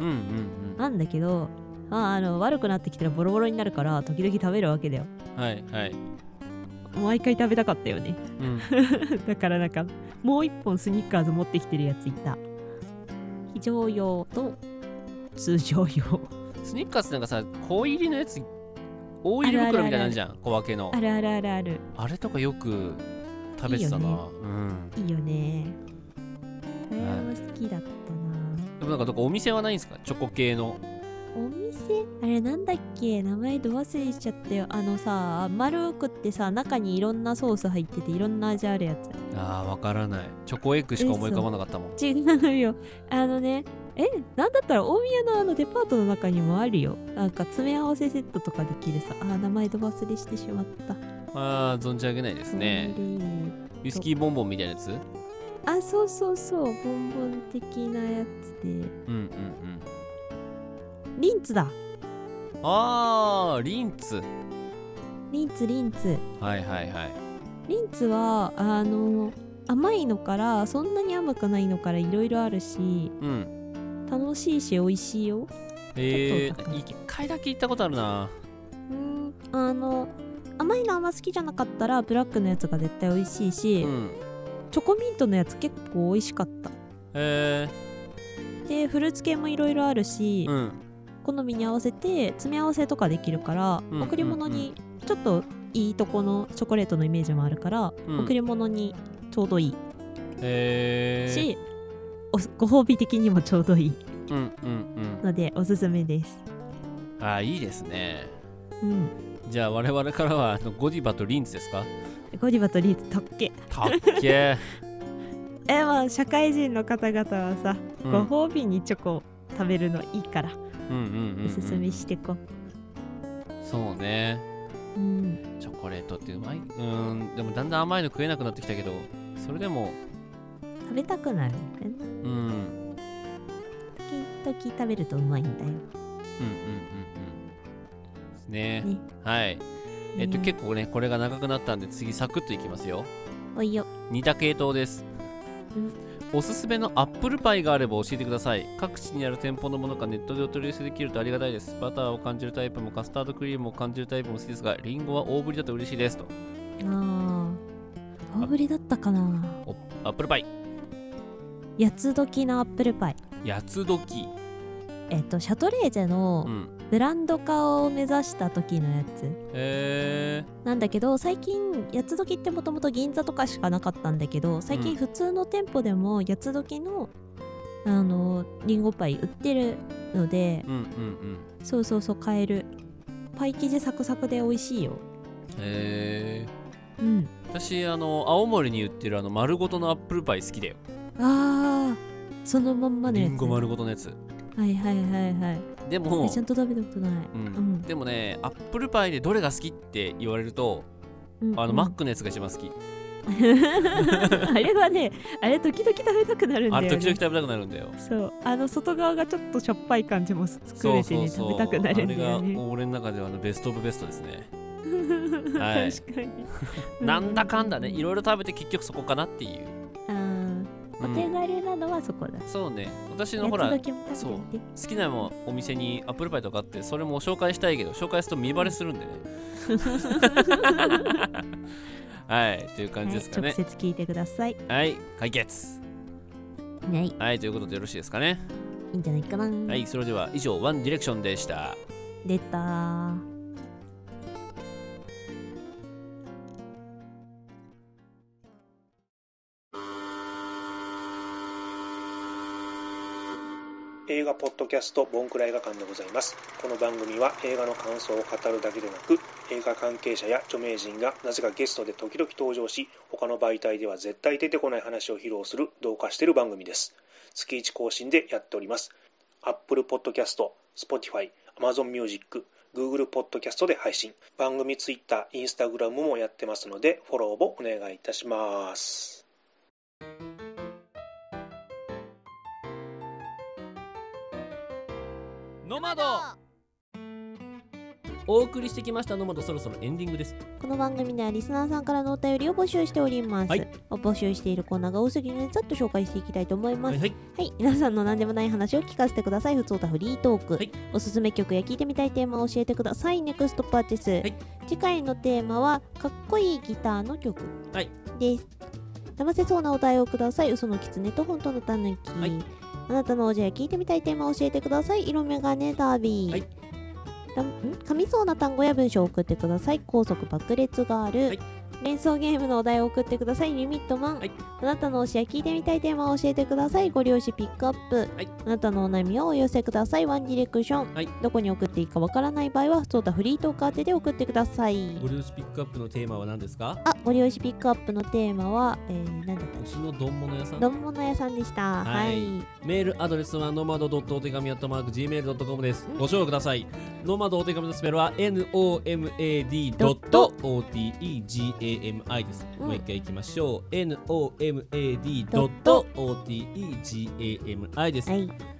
Speaker 2: ら
Speaker 1: うん
Speaker 2: なんだけど、まあ、あの悪くなってきたらボロボロになるから時々食べるわけだよ
Speaker 1: うんはいはい
Speaker 2: 毎回食べたかったよね、
Speaker 1: うん
Speaker 2: だからなんかもう一本スニッカーズ持ってきてるやついた非常用と通常用
Speaker 1: スニッカーズなんかさ小入りのやつ大入り
Speaker 2: あるあるあ
Speaker 1: 袋
Speaker 2: る
Speaker 1: みたいなのあるじゃん小分けの
Speaker 2: あるあるあるある
Speaker 1: あれとかよく食べてた
Speaker 2: いい
Speaker 1: な
Speaker 2: よ
Speaker 1: うん
Speaker 2: いいよねあれは好きだったな
Speaker 1: でもなんかどこお店はないんですかチョコ系の
Speaker 2: お店あれなんだっけ名前ど忘れしちゃったよあのさ丸くってさ中にいろんなソース入ってていろんな味あるやつ
Speaker 1: あーわからないチョコエッグしか思い浮かばなかったもん
Speaker 2: 違うよあのねえなんだったら大宮のあのデパートの中にもあるよなんか詰め合わせセットとかできるさあー名前ど忘れしてしまった
Speaker 1: あー存じ上げないですねウイスキーボンボンみたいなやつうん
Speaker 2: あそうそうそうボンボン的なやつで
Speaker 1: うんうん
Speaker 2: リンツだ
Speaker 1: あーリンツ
Speaker 2: リンツリンツ
Speaker 1: はいはいはい
Speaker 2: リンツはあの甘いのからそんなに甘くないのからいろいろあるし
Speaker 1: うん
Speaker 2: 楽しいし美味しいよ
Speaker 1: えー、一回だけ行ったことあるな
Speaker 2: うんあの甘いのあんま好きじゃなかったらブラックのやつが絶対美味しいし、チョコミントのやつ結構美味しかった
Speaker 1: え
Speaker 2: でフルーツ系もいろいろあるし、
Speaker 1: ー、うん
Speaker 2: 好みに合わせて詰め合わせとかできるから、
Speaker 1: うん
Speaker 2: 贈り物にちょっといいとこのチョコレートのイメージもあるから、
Speaker 1: うん
Speaker 2: 贈り物にちょうどいい
Speaker 1: えー、
Speaker 2: し、おご褒美的にもちょうどいい
Speaker 1: うんうん
Speaker 2: のでおすすめです
Speaker 1: うんあーいいですね
Speaker 2: うん
Speaker 1: じゃあ我々からはあのゴディバとリンツですか
Speaker 2: ゴディバとリーズたっけ
Speaker 1: たっけ
Speaker 2: えまあ社会人の方々はさ、
Speaker 1: うん
Speaker 2: ご褒美にチョコを食べるのいいから
Speaker 1: うんうんうん、うん、
Speaker 2: おすすめしてこ
Speaker 1: そうね
Speaker 2: う、うん、
Speaker 1: チョコレートってうまいうんでもだんだん甘いの食えなくなってきたけどそれでも
Speaker 2: 食べたくなるんだよな
Speaker 1: うんうんうん
Speaker 2: 時々食べるとうまいんだよ
Speaker 1: うんうんですねはいえっと、結構ねこれが長くなったんで次サクッといきますよ
Speaker 2: おいよ
Speaker 1: 似た系統です
Speaker 2: うん
Speaker 1: おすすめのアップルパイがあれば教えてください各地にある店舗のものがネットでお取り寄せできるとありがたいですバターを感じるタイプもカスタードクリームを感じるタイプも好きですがリンゴは大ぶりだと嬉しいですと
Speaker 2: ああ大ぶりだったかな
Speaker 1: おアップルパイ
Speaker 2: 八つ時のアップルパイ
Speaker 1: 八つ時
Speaker 2: えっとシャトレーゼの
Speaker 1: うん
Speaker 2: ブランド化を目指した時のやつ
Speaker 1: へえ
Speaker 2: なんだけど最近八つ時ってもともと銀座とかしかなかったんだけど最
Speaker 1: う
Speaker 2: 近
Speaker 1: ん
Speaker 2: 普通の店舗でも八つ時のあのリンゴパイ売ってるので
Speaker 1: うんうんうん
Speaker 2: そうそうそう買えるパイ生地サクサクで美味しいよ
Speaker 1: へえ
Speaker 2: うん
Speaker 1: 私あの青森に売ってるあの丸ごとのアップルパイ好きだよ
Speaker 2: あーそのまんまの
Speaker 1: リ
Speaker 2: や
Speaker 1: ン
Speaker 2: つ
Speaker 1: ゴ丸ごとのやつ
Speaker 2: はいはいはいはい
Speaker 1: でも
Speaker 2: えちゃんと食べたことない
Speaker 1: うん
Speaker 2: うん
Speaker 1: でもねアップルパイでどれが好きって言われると
Speaker 2: うんうん
Speaker 1: あのマックのやつが一番好き
Speaker 2: あれはねあれ時々食べたくなるんだ
Speaker 1: あ
Speaker 2: よ、
Speaker 1: れ
Speaker 2: ね、
Speaker 1: 時々食べたくなるんだよ
Speaker 2: そうあの外側がちょっとしょっぱい感じも作
Speaker 1: そう
Speaker 2: れ
Speaker 1: そ
Speaker 2: てね
Speaker 1: うそう
Speaker 2: 食べたくなるんだよね
Speaker 1: あれが俺の中ではあのベストオブベストですねはい
Speaker 2: 確かに
Speaker 1: なんだかんだねいろいろ食べて結局そこかなっていう
Speaker 2: あー
Speaker 1: うん
Speaker 18: お手軽なのはそこだ、
Speaker 11: そうね私のほら
Speaker 18: やつ時も食べて
Speaker 11: そう好きなもんお店にアップルパイとかあってそれも紹介したいけど紹介すると見バレするんで ねはいという感じですかね
Speaker 18: 直接聞いてください
Speaker 11: はい解決
Speaker 18: はいい
Speaker 11: はいということでよろしいですかね
Speaker 18: いんじゃないかな
Speaker 11: はいそれでは以上ワンディレクションでした
Speaker 18: 出たー
Speaker 13: 映画ポッドキャストボンクラ映画館でございますこの番組は映画の感想を語るだけでなく映画関係者や著名人がなぜかゲストで時々登場し他の媒体では絶対出てこない話を披露する同化している番組です月1更新でやっております Apple Podcast、Spotify、Amazon Music、Google Podcast で配信番組 Twitter、Instagram もやってますのでフォローもお願いいたします
Speaker 1: ノマドお送りしてきましたノマドそろそろエンディングです
Speaker 2: この番組ではリスナーさんからのお便りを募集しております、
Speaker 1: はい
Speaker 2: お募集しているコーナーが多すぎるのでざっと紹介していきたいと思います
Speaker 18: はい
Speaker 2: はい、皆さんの何でもない話を聞かせてくださいふつおたフリートーク、おすすめ曲や聞いてみたいテーマを教えてくださいネクストパーティス、次回のテーマはかっこいいギターの曲
Speaker 1: はい
Speaker 2: です騙せそうなお題をください嘘の狐と本当のたぬき、あなたのおじや聞いてみたいテーマを教えてください色眼鏡ダービー、だん噛みそうな単語や文章を送ってください高速爆裂ガール、連想ゲームのお題を送ってくださいリミットマン、あなたの推しや聞いてみたいテーマを教えてくださいご両親ピックアップ、あなたのお悩みをお寄せくださいワンディレクション、どこに送っていいかわからない場合はそうだフリートーク宛てで送ってください
Speaker 1: ご両親ピックアップのテーマは何ですか
Speaker 2: あご両親ピックアップのテーマは、えー、なんだっ
Speaker 1: うちの丼物屋さ
Speaker 2: た
Speaker 1: ん
Speaker 2: 丼物屋さんでしたはい
Speaker 1: メールアドレスはノマドドットお手紙アットマーク Gmail.com です。ご紹介ください。ノマドお手紙のスペルは NOMAD ドット OTEGAMI です。
Speaker 11: うん
Speaker 1: もう一回いきましょう。NOMAD ドット OTEGAMI です。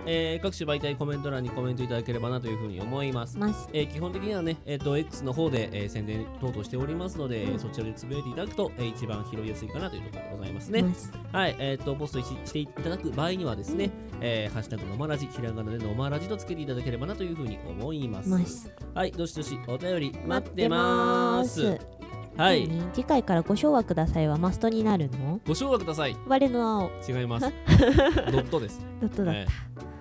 Speaker 1: えー各種媒体コメント欄にコメントいただければなというふうに思います。えー基本的にはね、えっ、と X の方で、えー宣伝等々しておりますので、
Speaker 11: うん
Speaker 1: そちらでつぶやいていただくと、えー一番拾いやすいかなというところでございますね。
Speaker 11: ます
Speaker 1: はい、えっ、と、ポストししていただく場合にはですね、えーハッシュタグのまらじ、ひらがなでのまらじとつけていただければなというふうに思います。
Speaker 2: ます
Speaker 1: はい、どしどしお便り待ってます。
Speaker 2: 待って
Speaker 1: はい、
Speaker 2: 何次回からご唱和くださいはマストになるの
Speaker 1: ご唱和ください。
Speaker 2: 我の青
Speaker 1: 違 います。ドットです。
Speaker 2: ドットだった
Speaker 1: ええ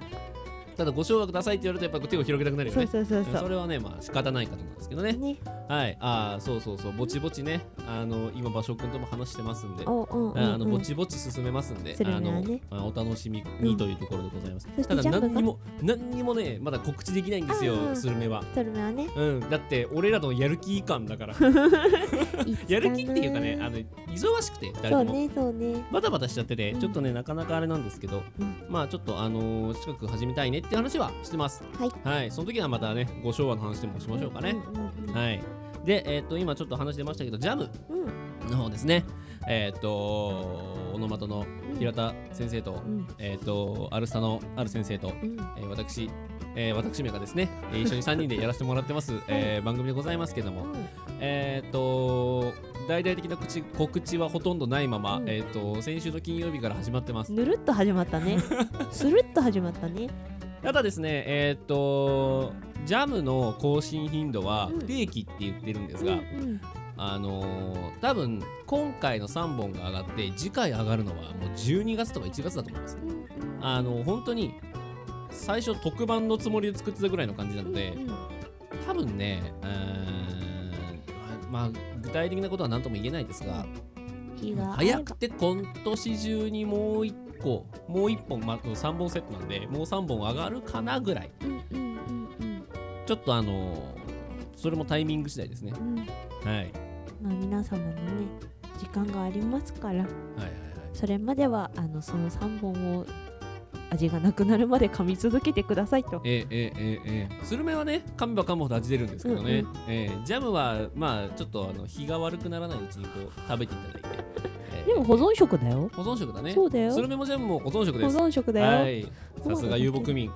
Speaker 1: ただご唱和くださいって言われるとやっぱ手を広げたくなるよね。
Speaker 11: そうそうそうそうん
Speaker 1: それはねまあ仕方ないかと思うんですけどね。はい。ああそうそうそうぼちぼちねあの今場所くんとも話してますんで、
Speaker 11: おうんうんうん
Speaker 1: あのぼちぼち進めますんで、
Speaker 11: それな
Speaker 1: あ
Speaker 11: ら
Speaker 1: の
Speaker 11: ね
Speaker 1: あお楽しみにというところでございます。
Speaker 2: そして
Speaker 1: ただ
Speaker 2: ジャンプが
Speaker 1: 何にも何にもねまだ告知できないんですよ、
Speaker 2: うんうん
Speaker 1: スルメは。
Speaker 2: それ はね
Speaker 1: うん、だって俺らのやる気感だからやる気っていうかねあの忙しくて誰
Speaker 2: そ
Speaker 1: と
Speaker 2: う
Speaker 1: も、
Speaker 2: ねそうね
Speaker 1: バタバタしちゃってて、
Speaker 2: うん
Speaker 1: ちょっとねなかなかあれなんですけど、まあちょっとあのー近く始めたいねって話はしてます
Speaker 2: はい、
Speaker 1: その時はまたねご昭和の話でもしましょうかね、はいでえっ、と今ちょっと話出ましたけどジャムの方ですねえっ、とオノマトの平田先生と、えっ、とアルスタのある先生と、
Speaker 11: ん
Speaker 1: えー私えー私めがですね、えー一緒に3人でやらせてもらって ます、えー番組でございますけども、えーっと大々的な口告知はほとんどないまま、えーっと先週の金曜日から始まってます
Speaker 2: ぬるっと始まっ たねスルッと始まったね
Speaker 1: ただですねえーっとジャムの更新頻度は不定期って言ってるんですが、
Speaker 2: うん
Speaker 1: あのー多分今回の3本が上がって次回上がるのはもう12月とか1月だと思います、あの本当に最初特番のつもりで作ってたぐらいの感じなので、多分ねうーんまあ具体的なことは何とも言えないですが、
Speaker 2: 日が合えば
Speaker 1: 早くて今年中にもう1個もう1本、まあ、3本セットなんでもう3本上がるかなぐらい、ちょっとあのーそれもタイミング次第ですね、
Speaker 2: ん
Speaker 1: はい
Speaker 2: まあ皆様のね時間がありますから、
Speaker 1: はい
Speaker 2: それまではあのその3本を味がなくなるまで噛み続けてくださいと
Speaker 1: ええええええスルメはね噛めば噛むほど味出るんですけどね、
Speaker 2: うん
Speaker 1: ええジャムはまあちょっとあの日が悪くならないうちにこう食べていただいて、ええ
Speaker 2: でも保存食だよ
Speaker 1: 保存食だね
Speaker 2: そうだよ
Speaker 1: スルメもジャムも保存食です
Speaker 2: 保存食だよ
Speaker 1: はいさすが遊牧民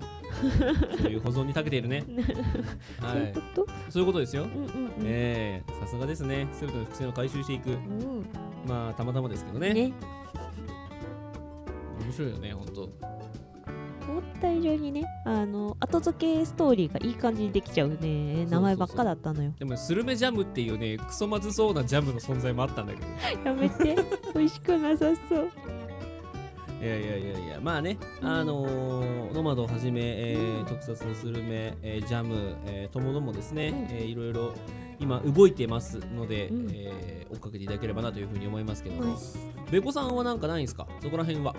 Speaker 1: そういう保存に長けている ねはい
Speaker 2: そういうこと
Speaker 1: そういうことですよ、
Speaker 2: んうんうん
Speaker 1: ええさすがですねすべての伏線を回収していく、
Speaker 2: ん
Speaker 1: まあたまたまですけどね
Speaker 2: ね
Speaker 1: 面白いよね本当
Speaker 2: 思った以上にねあの後付けストーリーがいい感じにできちゃうね名前ばっかだったのよ
Speaker 1: でもスルメジャムっていうねクソまずそうなジャムの存在もあったんだけど
Speaker 2: や めて美味しくなさそう
Speaker 1: いやいやいやいやまあねあのーノマドをはじめ、えー特撮のスルメ、えージャム、えーともどもですね、えーいろいろ今動いてますので、えー追っかけていただければなというふうに思いますけども、べこさんはなんかないんですかそこら辺は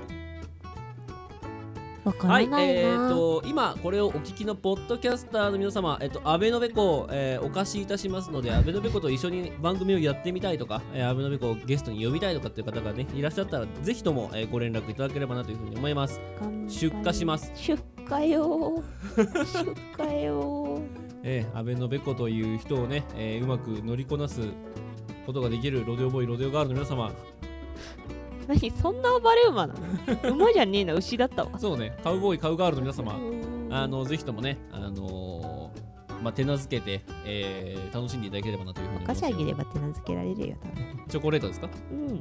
Speaker 21: わから
Speaker 1: は、
Speaker 21: ないい
Speaker 1: え
Speaker 21: な、
Speaker 1: ー、と今これをお聞きのポッドキャスターの皆様、えっと、アベノベコを、えーお貸しいたしますので、アベノベコと一緒に番組をやってみたいとか、えーアベノベコをゲストに呼びたいとかっていう方がね、いらっしゃったら、ぜひとも、えーご連絡いただければなというふうに思います。出荷します。
Speaker 2: 出荷よ 出荷よ
Speaker 1: えー、アベノベコという人をね、えーうまく乗りこなすことができるロデオボーイ、ロデオガールの皆様、
Speaker 2: 何そんな暴れ馬なの馬じゃねえな牛だったわ
Speaker 1: そうね、カウボーイ、カウガールの皆様、あのぜひともね、あのーまあ、手なずけて、えー楽しんでいただければなというふうに思い
Speaker 2: ガ
Speaker 1: ます
Speaker 2: シ。ャギれば手なずけられるよ多分
Speaker 1: チョコレートですか
Speaker 2: うん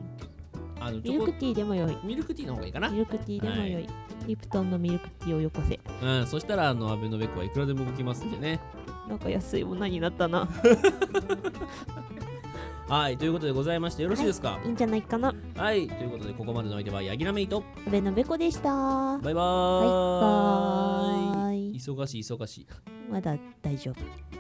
Speaker 1: あのチ
Speaker 2: ミ
Speaker 1: ョコ
Speaker 2: ルクティーでもよい
Speaker 1: ミルクティーの方がいいかな
Speaker 2: ミルクティーでもよい、
Speaker 1: はい
Speaker 2: リプトンのミルクティーをよこせ
Speaker 1: うん、そしたらあのアベノベックはいくらでも動きますんでね。
Speaker 2: なんか安いものになっ たな
Speaker 1: はい、ということでございましてよろしいですか、
Speaker 2: いいんじゃないかな
Speaker 1: はい、ということでここまでのお相手はヤギラメイト。
Speaker 2: 阿部のべこでしたバ
Speaker 1: バイバーイ。
Speaker 2: バイ
Speaker 1: 忙しい忙しい。
Speaker 2: まだ大丈夫